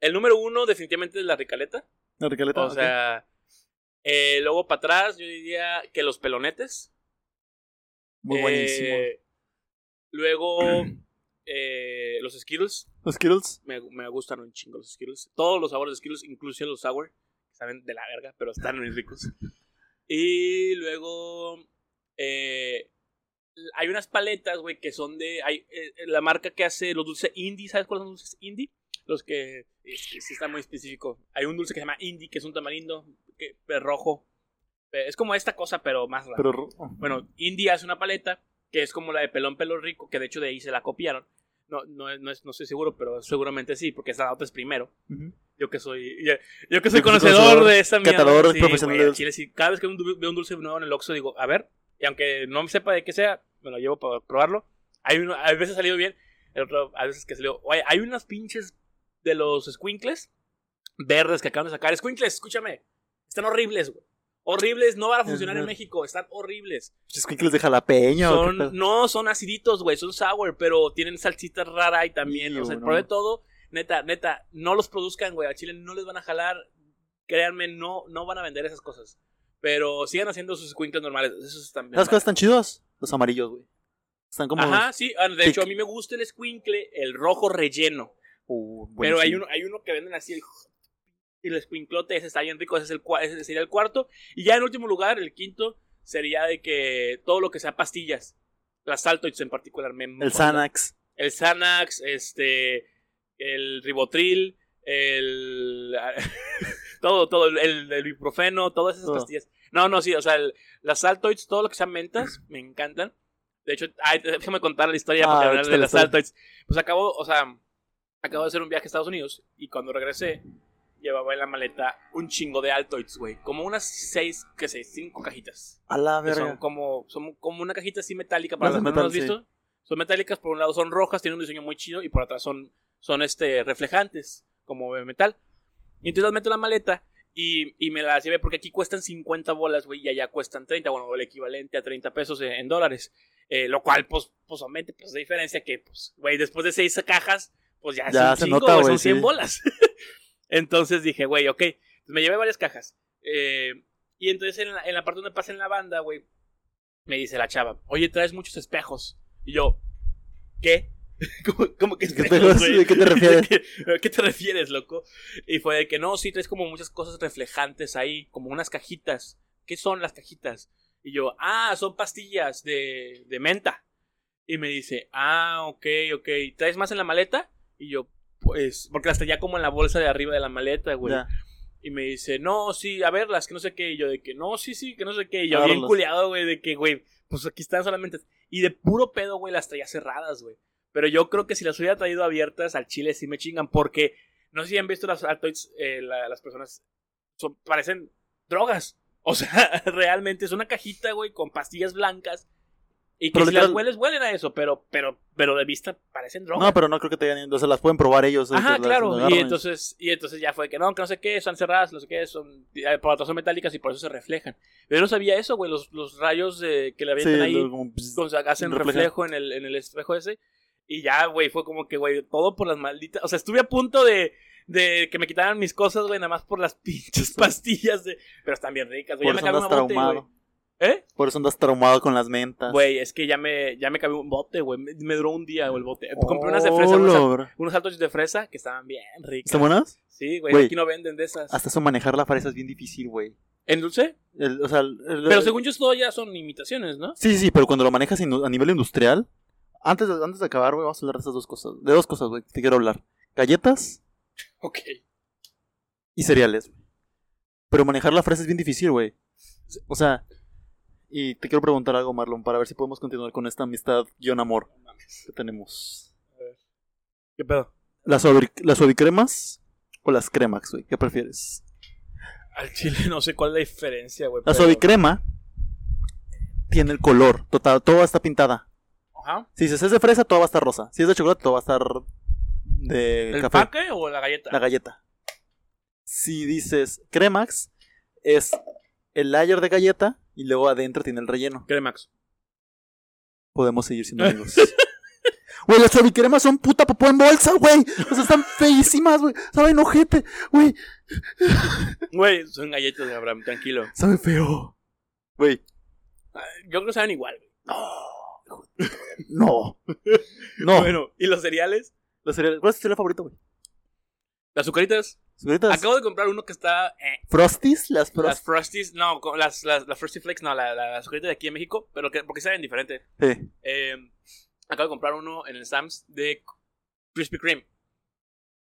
S1: el número uno definitivamente es la ricaleta.
S2: La rocaleta.
S1: O sea, eh, luego para atrás yo diría que los pelonetes.
S2: muy
S1: Eh,
S2: buenísimo.
S1: Luego, eh, los Skittles.
S2: Los Skittles.
S1: Me, me gustan un chingo los Skittles. Todos los sabores de Skittles, incluso los sour. que Saben de la verga, pero están muy ricos. Y luego, eh, hay unas paletas, güey, que son de. Hay, eh, la marca que hace los dulces indie. ¿Sabes cuáles son los dulces indie? Los que. Es, que sí está muy específico. Hay un dulce que se llama indie, que es un tamarindo que, rojo. Eh, Es como esta cosa, pero más rara.
S2: Pero oh, ru-
S1: Bueno, India hace una paleta que es como la de pelón pelo rico, que de hecho de ahí se la copiaron. No, no, no, es- no estoy seguro, pero seguramente sí, porque esa otra es primero.
S2: Ujú.
S1: Yo que soy, yo, yo que soy
S2: Yo que soy
S1: conocedor,
S2: conocedor,
S1: de esta mierda.
S2: catalogador
S1: sí,
S2: profesional
S1: güey,
S2: de
S1: al chile, sí. cada vez que un du- veo un dulce nuevo en el Oxxo digo, a ver, y aunque no sepa de qué sea, me lo llevo para probarlo. Hay uno, a veces ha salido bien, el otro, a veces que salió, oye, hay unas pinches de los squinkles verdes que acaban de sacar. Squinkles, escúchame, están horribles, güey. Horribles, no van a funcionar en
S2: verdad.
S1: México, están horribles.
S2: Escuincles de jalapeño. ¿qué pedo?
S1: Son, no, son aciditos, güey, son sour, pero tienen salsita rara y también,
S2: Iu,
S1: o sea,
S2: no.
S1: probé todo. Neta, neta, no los produzcan, güey, a Chile no les van a jalar. Créanme, no, no van a vender esas cosas. Pero sigan haciendo sus cuincas normales, esos están bien
S2: ¿Sabes cuáles
S1: baratos.
S2: están chidos? Los amarillos, güey. Están como.
S1: Ajá, sí. ah, De
S2: Tic.
S1: hecho, a mí me gusta el squinkle, el rojo relleno.
S2: Uh,
S1: Pero hay
S2: buenísimo.
S1: uno, hay uno que venden así el, el squinklote, ese está bien rico, ese, es el, cua- ese sería el cuarto. Y ya en último lugar, el quinto, sería de que todo lo que sea pastillas, las Altoids en particular, me
S2: El Xanax.
S1: El Xanax, este, el Ribotril, el... todo, todo, el, el ibuprofeno, todas esas
S2: Todo.
S1: pastillas. No, no, sí, o sea, el- las Altoids, todo lo que sean mentas, me encantan. De hecho, ay, déjame contar la historia
S2: Ah,
S1: para hablar
S2: échate la
S1: de las
S2: historia.
S1: Altoids. Pues acabo, o sea, acabo de hacer un viaje a Estados Unidos y cuando regresé llevaba en la maleta un chingo de Altoids, güey. Como unas seis, qué sé, cinco cajitas.
S2: A la
S1: Que Son
S2: Ah, verga.
S1: como, son como una cajita así metálica para
S2: No,
S1: los
S2: son
S1: que no lo has
S2: metal, sí.
S1: visto. Son metálicas, por un lado son rojas, tienen un diseño muy chido y por atrás son, son este, reflejantes, como de metal. Y entonces las meto en la maleta y, y me las llevé porque aquí cuestan 50 bolas, güey, y allá cuestan 30, bueno, el equivalente a 30 pesos en, en dólares. Eh, lo cual, pues, pues aumente, pues, de diferencia que, pues, güey, después de seis cajas, pues ya,
S2: Ya
S1: es
S2: se
S1: un chingo,
S2: nota,
S1: güey,
S2: güey,
S1: son 100
S2: sí.
S1: bolas. entonces dije, güey, ok, pues, me llevé varias cajas. Eh, y entonces en la, en la parte donde pasa en la banda, güey, me dice la chava, oye, traes muchos espejos. Y yo, ¿qué? ¿Cómo, cómo que
S2: ¿Qué
S1: espejos,
S2: espejos?
S1: güey?
S2: ¿De qué te refieres?
S1: ¿A qué te refieres, loco? Y fue de que no, sí, traes como muchas cosas reflejantes ahí, como unas cajitas. ¿Qué son las cajitas? Y yo, ah, son pastillas de, de menta. Y me dice, ah, ok, ok. ¿Traes más en la maleta? Y yo, pues, porque las traía como en la bolsa de arriba de la maleta, güey.
S2: Ya.
S1: Y me dice, no, sí, a verlas, que no sé qué. Y yo, de que no, sí, sí, que no sé qué. Y yo,
S2: A
S1: bien
S2: verlas.
S1: culeado, güey, de que, güey, pues aquí están solamente. Y de puro pedo, güey, las traía cerradas, güey. Pero yo creo que si las hubiera traído abiertas al chile, sí me chingan. Porque no sé si han visto las Altoids, eh, la- las personas son, parecen drogas. O sea, realmente es una cajita, güey, con pastillas blancas. Y que
S2: Pero
S1: si las
S2: literal-
S1: hueles, huelen a eso, pero, pero, pero de vista parecen drogas.
S2: No, pero no creo que te hayan. O sea, las pueden probar ellos.
S1: Ajá,
S2: las- las
S1: claro.
S2: agarran
S1: Y entonces, y entonces ya fue que no, que no sé qué, son cerradas, no sé qué, son eh, por atrás son metálicas y por eso se reflejan. Pero yo no sabía eso, güey, los, los rayos eh, que le
S2: Sí,
S1: avientan ahí
S2: luego como, pues, pss,
S1: o sea, hacen
S2: reflejan.
S1: reflejo en el, en el espejo ese. Y ya, güey, fue como que, güey, todo por las malditas. O sea, estuve a punto de, de que me quitaran mis cosas, güey, nada más por las pinches pastillas. De... Pero están bien ricas, güey.
S2: por
S1: Ya me acabé
S2: eso andas
S1: una bote, güey.
S2: traumado. Ah.
S1: ¿Eh?
S2: Por eso andas traumado con las mentas.
S1: Güey, es que ya me, ya me cabe un bote, güey. Me, me duró un día, güey, el bote.
S2: Oh,
S1: Eh, Compré unas de fresa, unos,
S2: lo-
S1: unos altos de fresa que estaban bien ricas.
S2: ¿Están buenas?
S1: Sí, güey,
S2: Güey.
S1: aquí no venden de esas.
S2: Hasta eso manejar la fresa es bien difícil, güey.
S1: ¿En dulce?
S2: El- O sea, el- el-
S1: Pero según yo, todo ya son imitaciones, ¿no?
S2: Sí, sí, sí, pero cuando lo manejas inu- a nivel industrial, antes de, antes de acabar, güey, vamos a hablar de esas dos cosas. De dos cosas, güey, que te quiero hablar. Galletas
S1: Ok.
S2: y cereales, güey. Pero manejar la fresa es bien difícil, güey. O sea, y te quiero preguntar algo, Marlon, para ver si podemos continuar con esta amistad guión amor que tenemos.
S1: ¿Qué pedo?
S2: ¿Las, suavi- las suavicremas o las cremax, güey? ¿Qué prefieres?
S1: Al chile no sé cuál es la diferencia, güey.
S2: La
S1: pero-
S2: suavicrema tiene el color, tota-, total, toda está pintada.
S1: Ajá.
S2: Si dices es de fresa, todo va a estar rosa. Si es de chocolate, todo va a estar de
S1: ¿El
S2: café.
S1: paque o la galleta?
S2: La galleta. Si dices Cremax, es el layer de galleta y luego adentro tiene el relleno.
S1: Cremax.
S2: Podemos seguir siendo amigos. Güey, las cremas son puta popó en bolsa, güey. O sea, están feísimas, güey. Saben ojete, güey.
S1: Güey, son galletas de Abraham, tranquilo.
S2: Saben feo. Güey,
S1: Ah, Yo creo que saben igual. güey.
S2: no. No.
S1: Bueno, ¿y los cereales?
S2: Los cereales- ¿Cuál es tu cereal favorito, güey?
S1: ¿Las azucaritas?
S2: ¿Sus favoritas?
S1: Acabo de comprar uno que está... eh,
S2: ¿Frosties? Las
S1: Las
S2: Frosties.
S1: Frosties, no, co- las, las, las Frosty Flakes, no, la- la- las azucaritas de aquí en México, pero que, porque saben diferente.
S2: Sí.
S1: Eh, acabo de comprar uno en el Sam's de Krispy Kreme.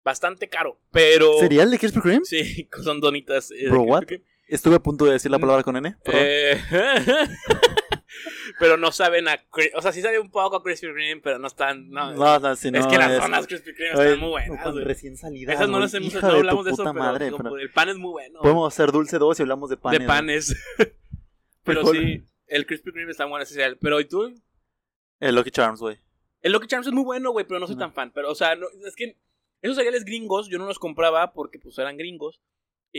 S1: Bastante caro, pero...
S2: ¿Cereal de Krispy Kreme?
S1: Sí, son donitas. eh, de
S2: Bro,
S1: Krispy
S2: what?
S1: Kreme.
S2: Estuve a punto de decir la palabra con N. perdón.
S1: Mm, Eh, pero no saben a. cri- O sea, sí saben un poco a Krispy Kreme, pero no están. No,
S2: no, no, si no,
S1: es que las
S2: es-
S1: donas Krispy Kreme
S2: Oye,
S1: están muy buenas.
S2: con
S1: güey.
S2: Recién salida.
S1: Esas no
S2: güey,
S1: las hemos
S2: hija
S1: no
S2: de tu
S1: hablamos de eso,
S2: puta
S1: pero,
S2: madre,
S1: como
S2: pero
S1: el pan es muy bueno.
S2: Podemos hacer dulce 2 y hablamos de pan.
S1: de panes. pero sí, el Krispy Kreme está bueno, ese cereal. Pero ¿y tú?
S2: El Lucky Charms, güey.
S1: El Lucky Charms es muy bueno, güey, pero no soy
S2: No.
S1: tan fan. Pero, o sea, no- es que esos cereales gringos yo no los compraba porque, pues, eran gringos.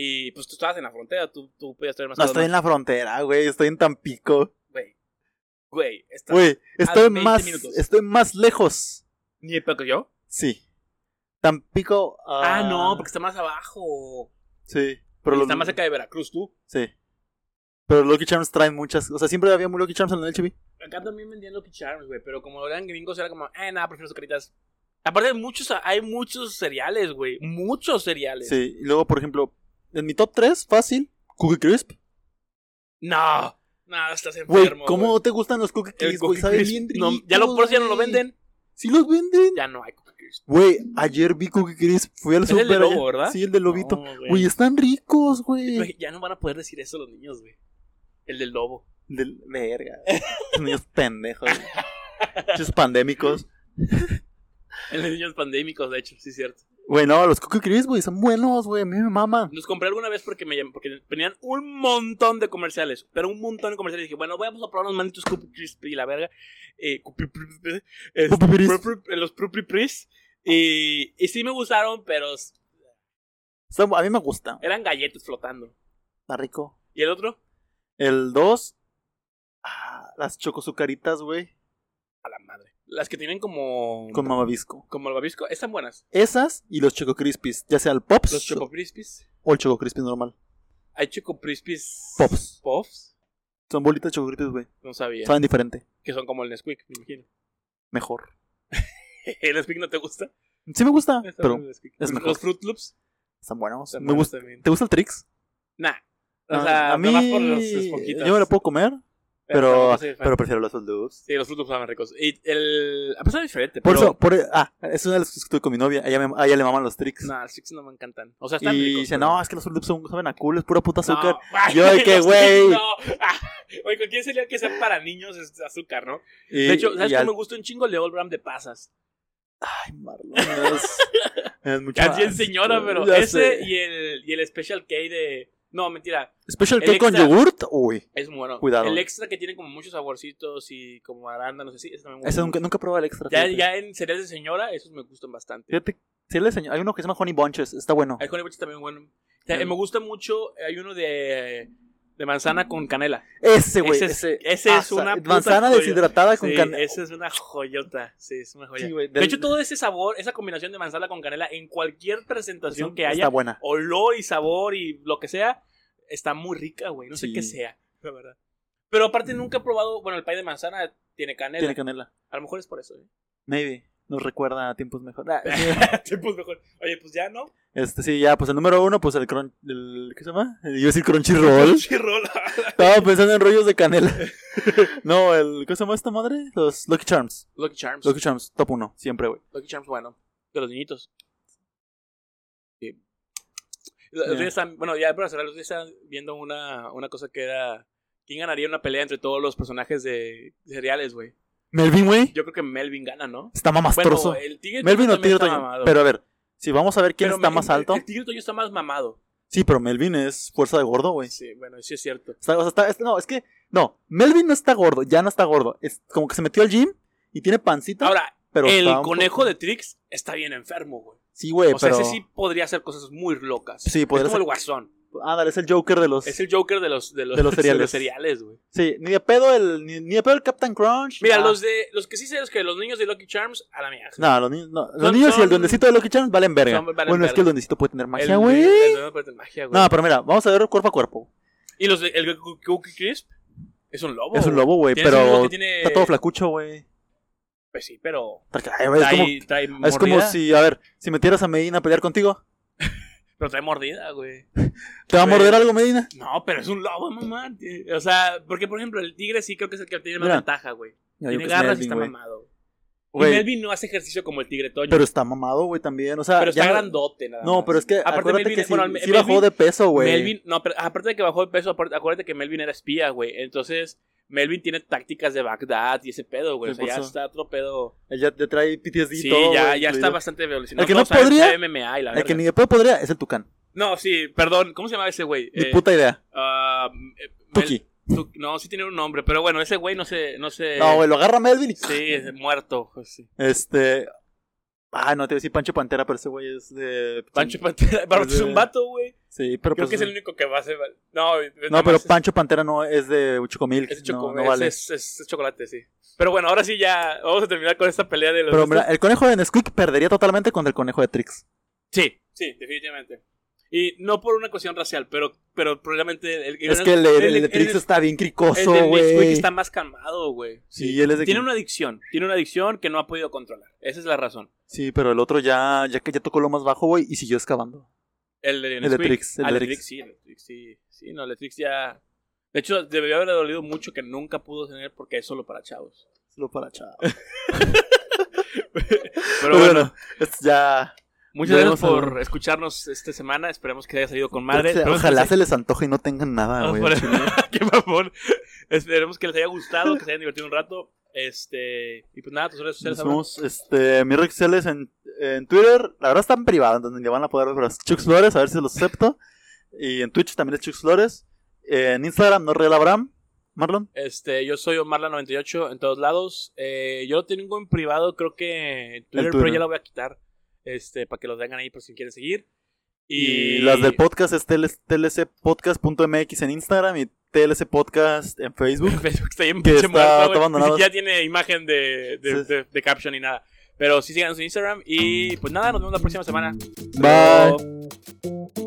S1: Y, pues, tú estabas en la frontera, tú, tú podías tener más...
S2: No,
S1: cosas
S2: estoy en
S1: más-
S2: la frontera, güey. Estoy en Tampico.
S1: Güey, güey, está...
S2: Güey, estoy
S1: 20
S2: más,
S1: minutos.
S2: estoy más lejos.
S1: ¿Ni de pedo que yo?
S2: Sí. Tampico.
S1: Ah, no, porque está más abajo.
S2: Sí. Pero
S1: Pero
S2: lo-
S1: está más cerca de Veracruz, tú.
S2: Sí. Pero Lucky Charms traen muchas. O sea, siempre había muy Lucky Charms en el HB.
S1: Acá también vendían Lucky Charms, güey, pero como eran gringos era como, eh, nada, prefiero caritas. Aparte, hay muchos, hay muchos cereales, güey. Muchos cereales.
S2: Sí. Y luego, por ejemplo, en mi top 3, fácil. Cookie Crisp.
S1: No, no, estás
S2: Güey,
S1: enfermo.
S2: ¿cómo
S1: güey.
S2: te gustan los Cookie
S1: El
S2: Crisp? Güey,
S1: Cookie
S2: saben
S1: Crisp,
S2: bien
S1: no,
S2: ricos.
S1: ya lo, por eso ya no lo
S2: güey.
S1: venden.
S2: Sí los venden.
S1: Ya no hay Cookie Crisp.
S2: Güey, ayer vi Cookie Crisp. Fui al
S1: Es el
S2: super.
S1: de lobo,
S2: allá.
S1: ¿verdad?
S2: Sí, el del lobito.
S1: No, güey.
S2: Güey, están ricos, güey.
S1: Güey, Ya no van a poder decir eso los niños, güey. El del lobo.
S2: Del verga. Los niños pendejos. Muchos pandémicos.
S1: El de niños pandémicos, de hecho, sí es cierto.
S2: Güey, no, los Cookie Crisp, güey, son buenos, güey. A mí me maman.
S1: Los compré alguna vez porque me llam- porque tenían un montón de comerciales, pero un montón de comerciales. Y dije, bueno, vamos a probar unos manitos Cookie Crisp y la verga. Eh, Cookie Crisp, este,
S2: Cookie Crisp.
S1: Pru- Pru- los Cookie Crisp. Y, y sí me gustaron, pero s-
S2: Son- a mí me gusta.
S1: eran galletas flotando.
S2: Está rico.
S1: ¿Y el otro?
S2: El 2. Ah, las chocosucaritas, güey.
S1: A la madre. Las que tienen como.
S2: Con mamabisco.
S1: como el babisco. Están buenas.
S2: Esas y los choco crispies. Ya sea el Pops
S1: Los Choco Crispies.
S2: o el choco crispy normal.
S1: Hay Choco Crispies.
S2: Pops.
S1: Pops.
S2: Son bolitas de choco crispies, güey.
S1: No sabía.
S2: Saben diferente.
S1: Que son como el Nesquik, me imagino.
S2: Mejor.
S1: ¿El Nesquik no te gusta?
S2: Sí me gusta,
S1: Está
S2: pero
S1: bueno el Nesquik.
S2: es mejor.
S1: Los Fruit Loops.
S2: están buenos.
S1: están
S2: Me
S1: buenos
S2: gusta.
S1: también.
S2: ¿Te gusta el Trix?
S1: Nah.
S2: No,
S1: O sea,
S2: a mí
S1: nomás por las esponjitas.
S2: yo me lo puedo comer, pero,
S1: tampoco soy fan.
S2: pero prefiero los Loops.
S1: Sí, los frutos estaban ricos. Y el... A pesar de diferente,
S2: Por
S1: pero...
S2: eso, por, ah, es una de las que estuve con mi novia. A ella, me- a ella le maman los Trix.
S1: Nah, los chicos no me encantan. O sea,
S2: y
S1: están ricos.
S2: dice,
S1: pero-
S2: no, es que los Loops son- saben a culo, es pura puta
S1: No,
S2: azúcar.
S1: ay,
S2: Yo de que,
S1: los
S2: güey.
S1: Twix, No. Ah, Oye, ¿con quién sería que sea para niños es azúcar, no?
S2: Y-
S1: De hecho, ¿sabes
S2: y
S1: cómo
S2: al-
S1: me gusta un chingo el de Old Ram de pasas?
S2: Ay, Marlon, es, es mucho
S1: Casi en
S2: asco,
S1: señora, pero
S2: ya
S1: ese
S2: sé.
S1: y el, y el Special K de... No, mentira.
S2: Special
S1: el
S2: K con
S1: extra-
S2: yogurt, uy.
S1: Es muy bueno.
S2: Cuidado.
S1: El extra que tiene como muchos saborcitos y como arándanos, así. Ese también me
S2: Ese
S1: gusta
S2: nunca,
S1: mucho.
S2: nunca he probado el extra.
S1: Ya,
S2: fíjate.
S1: ya en cereales de señora, esos me gustan bastante.
S2: Fíjate, sí le enseño- hay uno que se llama Honey Bunches, está bueno.
S1: Hay Honey Bunches también bueno. O sea,
S2: Mm.
S1: Me gusta mucho, hay uno de, de manzana con canela.
S2: Ese, güey.
S1: ese es-
S2: Ese, ah,
S1: ese es
S2: sa-
S1: una puta
S2: Manzana
S1: joya.
S2: deshidratada con
S1: Sí,
S2: canela.
S1: esa es una joyota. Sí, es una joya.
S2: Sí, güey,
S1: de
S2: del-
S1: hecho, todo ese sabor, esa combinación de manzana con canela en cualquier presentación que
S2: Está
S1: haya,
S2: buena.
S1: olor y sabor y lo que sea, está muy rica, güey. No sé
S2: Sí. Mm.
S1: qué sea, la verdad. Pero aparte nunca he probado, bueno, el pay de manzana tiene canela.
S2: Tiene canela.
S1: A lo mejor es por eso, ¿eh?
S2: Maybe. Nos recuerda a tiempos mejores. Ah, sí.
S1: Sí, pues mejor. Oye, pues ya, ¿no?
S2: este, sí, ya, pues el número uno, pues el crunch. El, ¿Qué se llama? Eh, Yo iba a decir Crunchyroll.
S1: Sí, rola.
S2: Estaba pensando en rollos de canela. no, el. ¿Qué se llama esta madre? Los Lucky Charms.
S1: Lucky Charms.
S2: Lucky Charms, top uno, siempre, güey.
S1: Lucky Charms, bueno. De los niñitos. Sí. Los
S2: Ya.
S1: días están- bueno, ya para cerrar, los días estaban viendo una, una cosa que era... ¿Quién ganaría una pelea entre todos los personajes de cereales, güey?
S2: Melvin, güey.
S1: Yo creo que Melvin gana, ¿no?
S2: Está mamastroso.
S1: Bueno, eh, el tigre
S2: Melvin
S1: Toño
S2: o
S1: también
S2: Tigre
S1: está
S2: Toño.
S1: mamado.
S2: Pero a ver, si vamos a ver quién
S1: Pero
S2: está
S1: Mel-
S2: más
S1: el-
S2: alto.
S1: El tigre Toño está más mamado.
S2: Sí, pero Melvin es fuerza de gordo, güey.
S1: Sí, bueno, sí es cierto.
S2: Está- o sea, está- es- no, es que. No, Melvin no está gordo, ya no está gordo. Es como que se metió al gym y tiene pancita.
S1: Ahora,
S2: pero
S1: el
S2: está un
S1: conejo
S2: poco-
S1: de Trix está bien enfermo, güey.
S2: Sí, güey,
S1: O sea,
S2: pero.
S1: ese sí podría hacer cosas muy locas.
S2: Sí, podría
S1: es como
S2: ser-
S1: el guasón.
S2: Ah, dale, es el Joker de los.
S1: Es el Joker de los, de los,
S2: De los cereales.
S1: cereales, güey.
S2: Sí, ni de pedo el. Ni, ni de pedo el Captain Crunch.
S1: Mira,
S2: nah.
S1: los de los que sí sé los que los niños de Lucky Charms a la mierda.
S2: Ah. No, los niños, no, los
S1: Son-
S2: niños y el
S1: son-
S2: duendecito de Lucky Charms valen verga.
S1: son- valen
S2: bueno, es que
S1: verga.
S2: el duendecito puede tener magia,
S1: El-
S2: güey.
S1: el de- el de magia, güey.
S2: No, pero mira, vamos a ver cuerpo a cuerpo.
S1: Y los de el Cu- Cookie Crisp es un lobo.
S2: es un lobo, güey,
S1: Oh, Tiene ese lobo
S2: pero
S1: que tiene-
S2: está todo flacucho, güey.
S1: Pues sí, pero
S2: Porque, ay, güey, Es como,
S1: trae, trae mordida.
S2: es como si, a ver, si metieras a Medina a pelear contigo,
S1: Pero trae mordida, güey.
S2: ¿te va a
S1: Güey.
S2: morder algo, Medina?
S1: No, pero es un lobo, mamá. Tiene- O sea, porque por ejemplo el tigre sí creo que es el que tiene más
S2: Mira.
S1: ventaja, güey.
S2: Ya, yo
S1: Tiene
S2: que es
S1: garras y
S2: Melvin,
S1: está
S2: güey.
S1: mamado. Y
S2: Güey,
S1: Melvin no hace ejercicio como el tigre Toño.
S2: pero
S1: Pero,
S2: está mamado, güey, también. O sea,
S1: está
S2: ya-
S1: grandote, nada
S2: No,
S1: más.
S2: pero es que
S1: Aparte,
S2: acuérdate
S1: Melvin-
S2: que sí,
S1: bueno,
S2: sí
S1: Melvin-
S2: bajó de peso, güey.
S1: Melvin, no, pero aparte de que bajó de peso, aparte- acuérdate que Melvin era espía, güey. Entonces, Melvin tiene tácticas de Bagdad y ese pedo, güey. O
S2: Sí,
S1: sea,
S2: por
S1: ya
S2: eso.
S1: está otro pedo.
S2: Él ya, ya trae PTSD y
S1: Sí,
S2: todo,
S1: ya,
S2: güey,
S1: ya está
S2: incluido.
S1: bastante evolucionado.
S2: El que no
S1: Todos saben-
S2: podría-
S1: sabe MMA y la
S2: El que
S1: verga.
S2: ni de pedo podría es el Tucán.
S1: No, sí, perdón. ¿Cómo se llama ese güey?
S2: Ni
S1: Eh,
S2: puta idea.
S1: ah, eh, Mel-
S2: Tuki.
S1: Tuki. No, sí tiene un nombre, pero bueno, ese güey no se... No, se,
S2: No, güey, lo agarra Melvin y...
S1: Sí, es muerto. pues, sí.
S2: Este... Ah, no, te iba a decir Pancho Pantera, pero ese güey es de...
S1: Pancho Pantera. Barbot es
S2: eh,
S1: un vato, güey.
S2: Sí, pero
S1: Creo
S2: pues-
S1: que es el único que va a ser... No,
S2: No,
S1: nada
S2: pero
S1: más es-
S2: Pancho Pantera no es de Chocomil.
S1: Es,
S2: No,
S1: choco-
S2: no
S1: es-
S2: vale.
S1: es- es- es chocolate, sí. Pero bueno, ahora sí ya vamos a terminar con esta pelea de los.
S2: Pero mira, el conejo de Nesquik perdería totalmente contra el conejo de Trix.
S1: Sí, sí, definitivamente. Y no por una cuestión racial, pero, pero probablemente. El, el-
S2: Es que el,
S1: el-
S2: el de
S1: el-
S2: Trix está bien
S1: el
S2: cricoso,
S1: de Nick Quick
S2: güey.
S1: está más calmado, güey.
S2: Sí, él es de
S1: Tiene
S2: que-
S1: una adicción. Tiene una adicción que no ha podido controlar. Esa es la razón.
S2: Sí, pero el otro ya, ya que ya tocó lo más bajo, güey, y siguió excavando.
S1: El de,
S2: de
S1: Nesquik.
S2: Trix, el
S1: Ah,
S2: de
S1: el de Trix,
S2: Trix.
S1: sí. El de Trix, sí. Sí, no, el de Trix ya. De hecho, debería haberle dolido mucho que nunca pudo tener porque es solo para chavos.
S2: Solo para chao.
S1: Pero
S2: Pero
S1: bueno,
S2: bueno, es ya.
S1: Muchas
S2: Veremos
S1: gracias
S2: a
S1: por escucharnos esta semana. Esperemos que haya salido con madre.
S2: Madre,
S1: Esperemos
S2: ojalá
S1: que
S2: se les antoje y no tengan nada,
S1: Ah,
S2: güey.
S1: por- Qué mamón. Esperemos que les haya gustado, que se hayan divertido un rato. Este, y pues nada, tus redes sociales.
S2: Nos
S1: Abraham.
S2: vemos, este, mis redes sociales en, en Twitter, la verdad están privadas, donde le van a poder ver pero es Chux Flores, a ver si los acepto. Y en Twitch también es Chux Flores. En Instagram, no Real Abraham. Marlon.
S1: Este, yo soy Omarla98 en todos lados. Eh, yo lo tengo en privado, creo que en Twitter,
S2: El Twitter.
S1: pero ya la voy a quitar. Este, para que los vengan ahí por si quieren seguir.
S2: Y,
S1: Y,
S2: las del podcast es TLC tlcpodcast.mx en Instagram y tlc podcast en Facebook.
S1: Facebook está bien
S2: Que
S1: pinche
S2: está-
S1: muerto, güey.
S2: está abandonado.
S1: Ni siquiera tiene imagen de, de,
S2: Sí.
S1: de- de caption ni nada. Pero sí síganos en Instagram. Y pues nada, nos vemos la próxima semana.
S2: Bye.
S1: Hasta luego.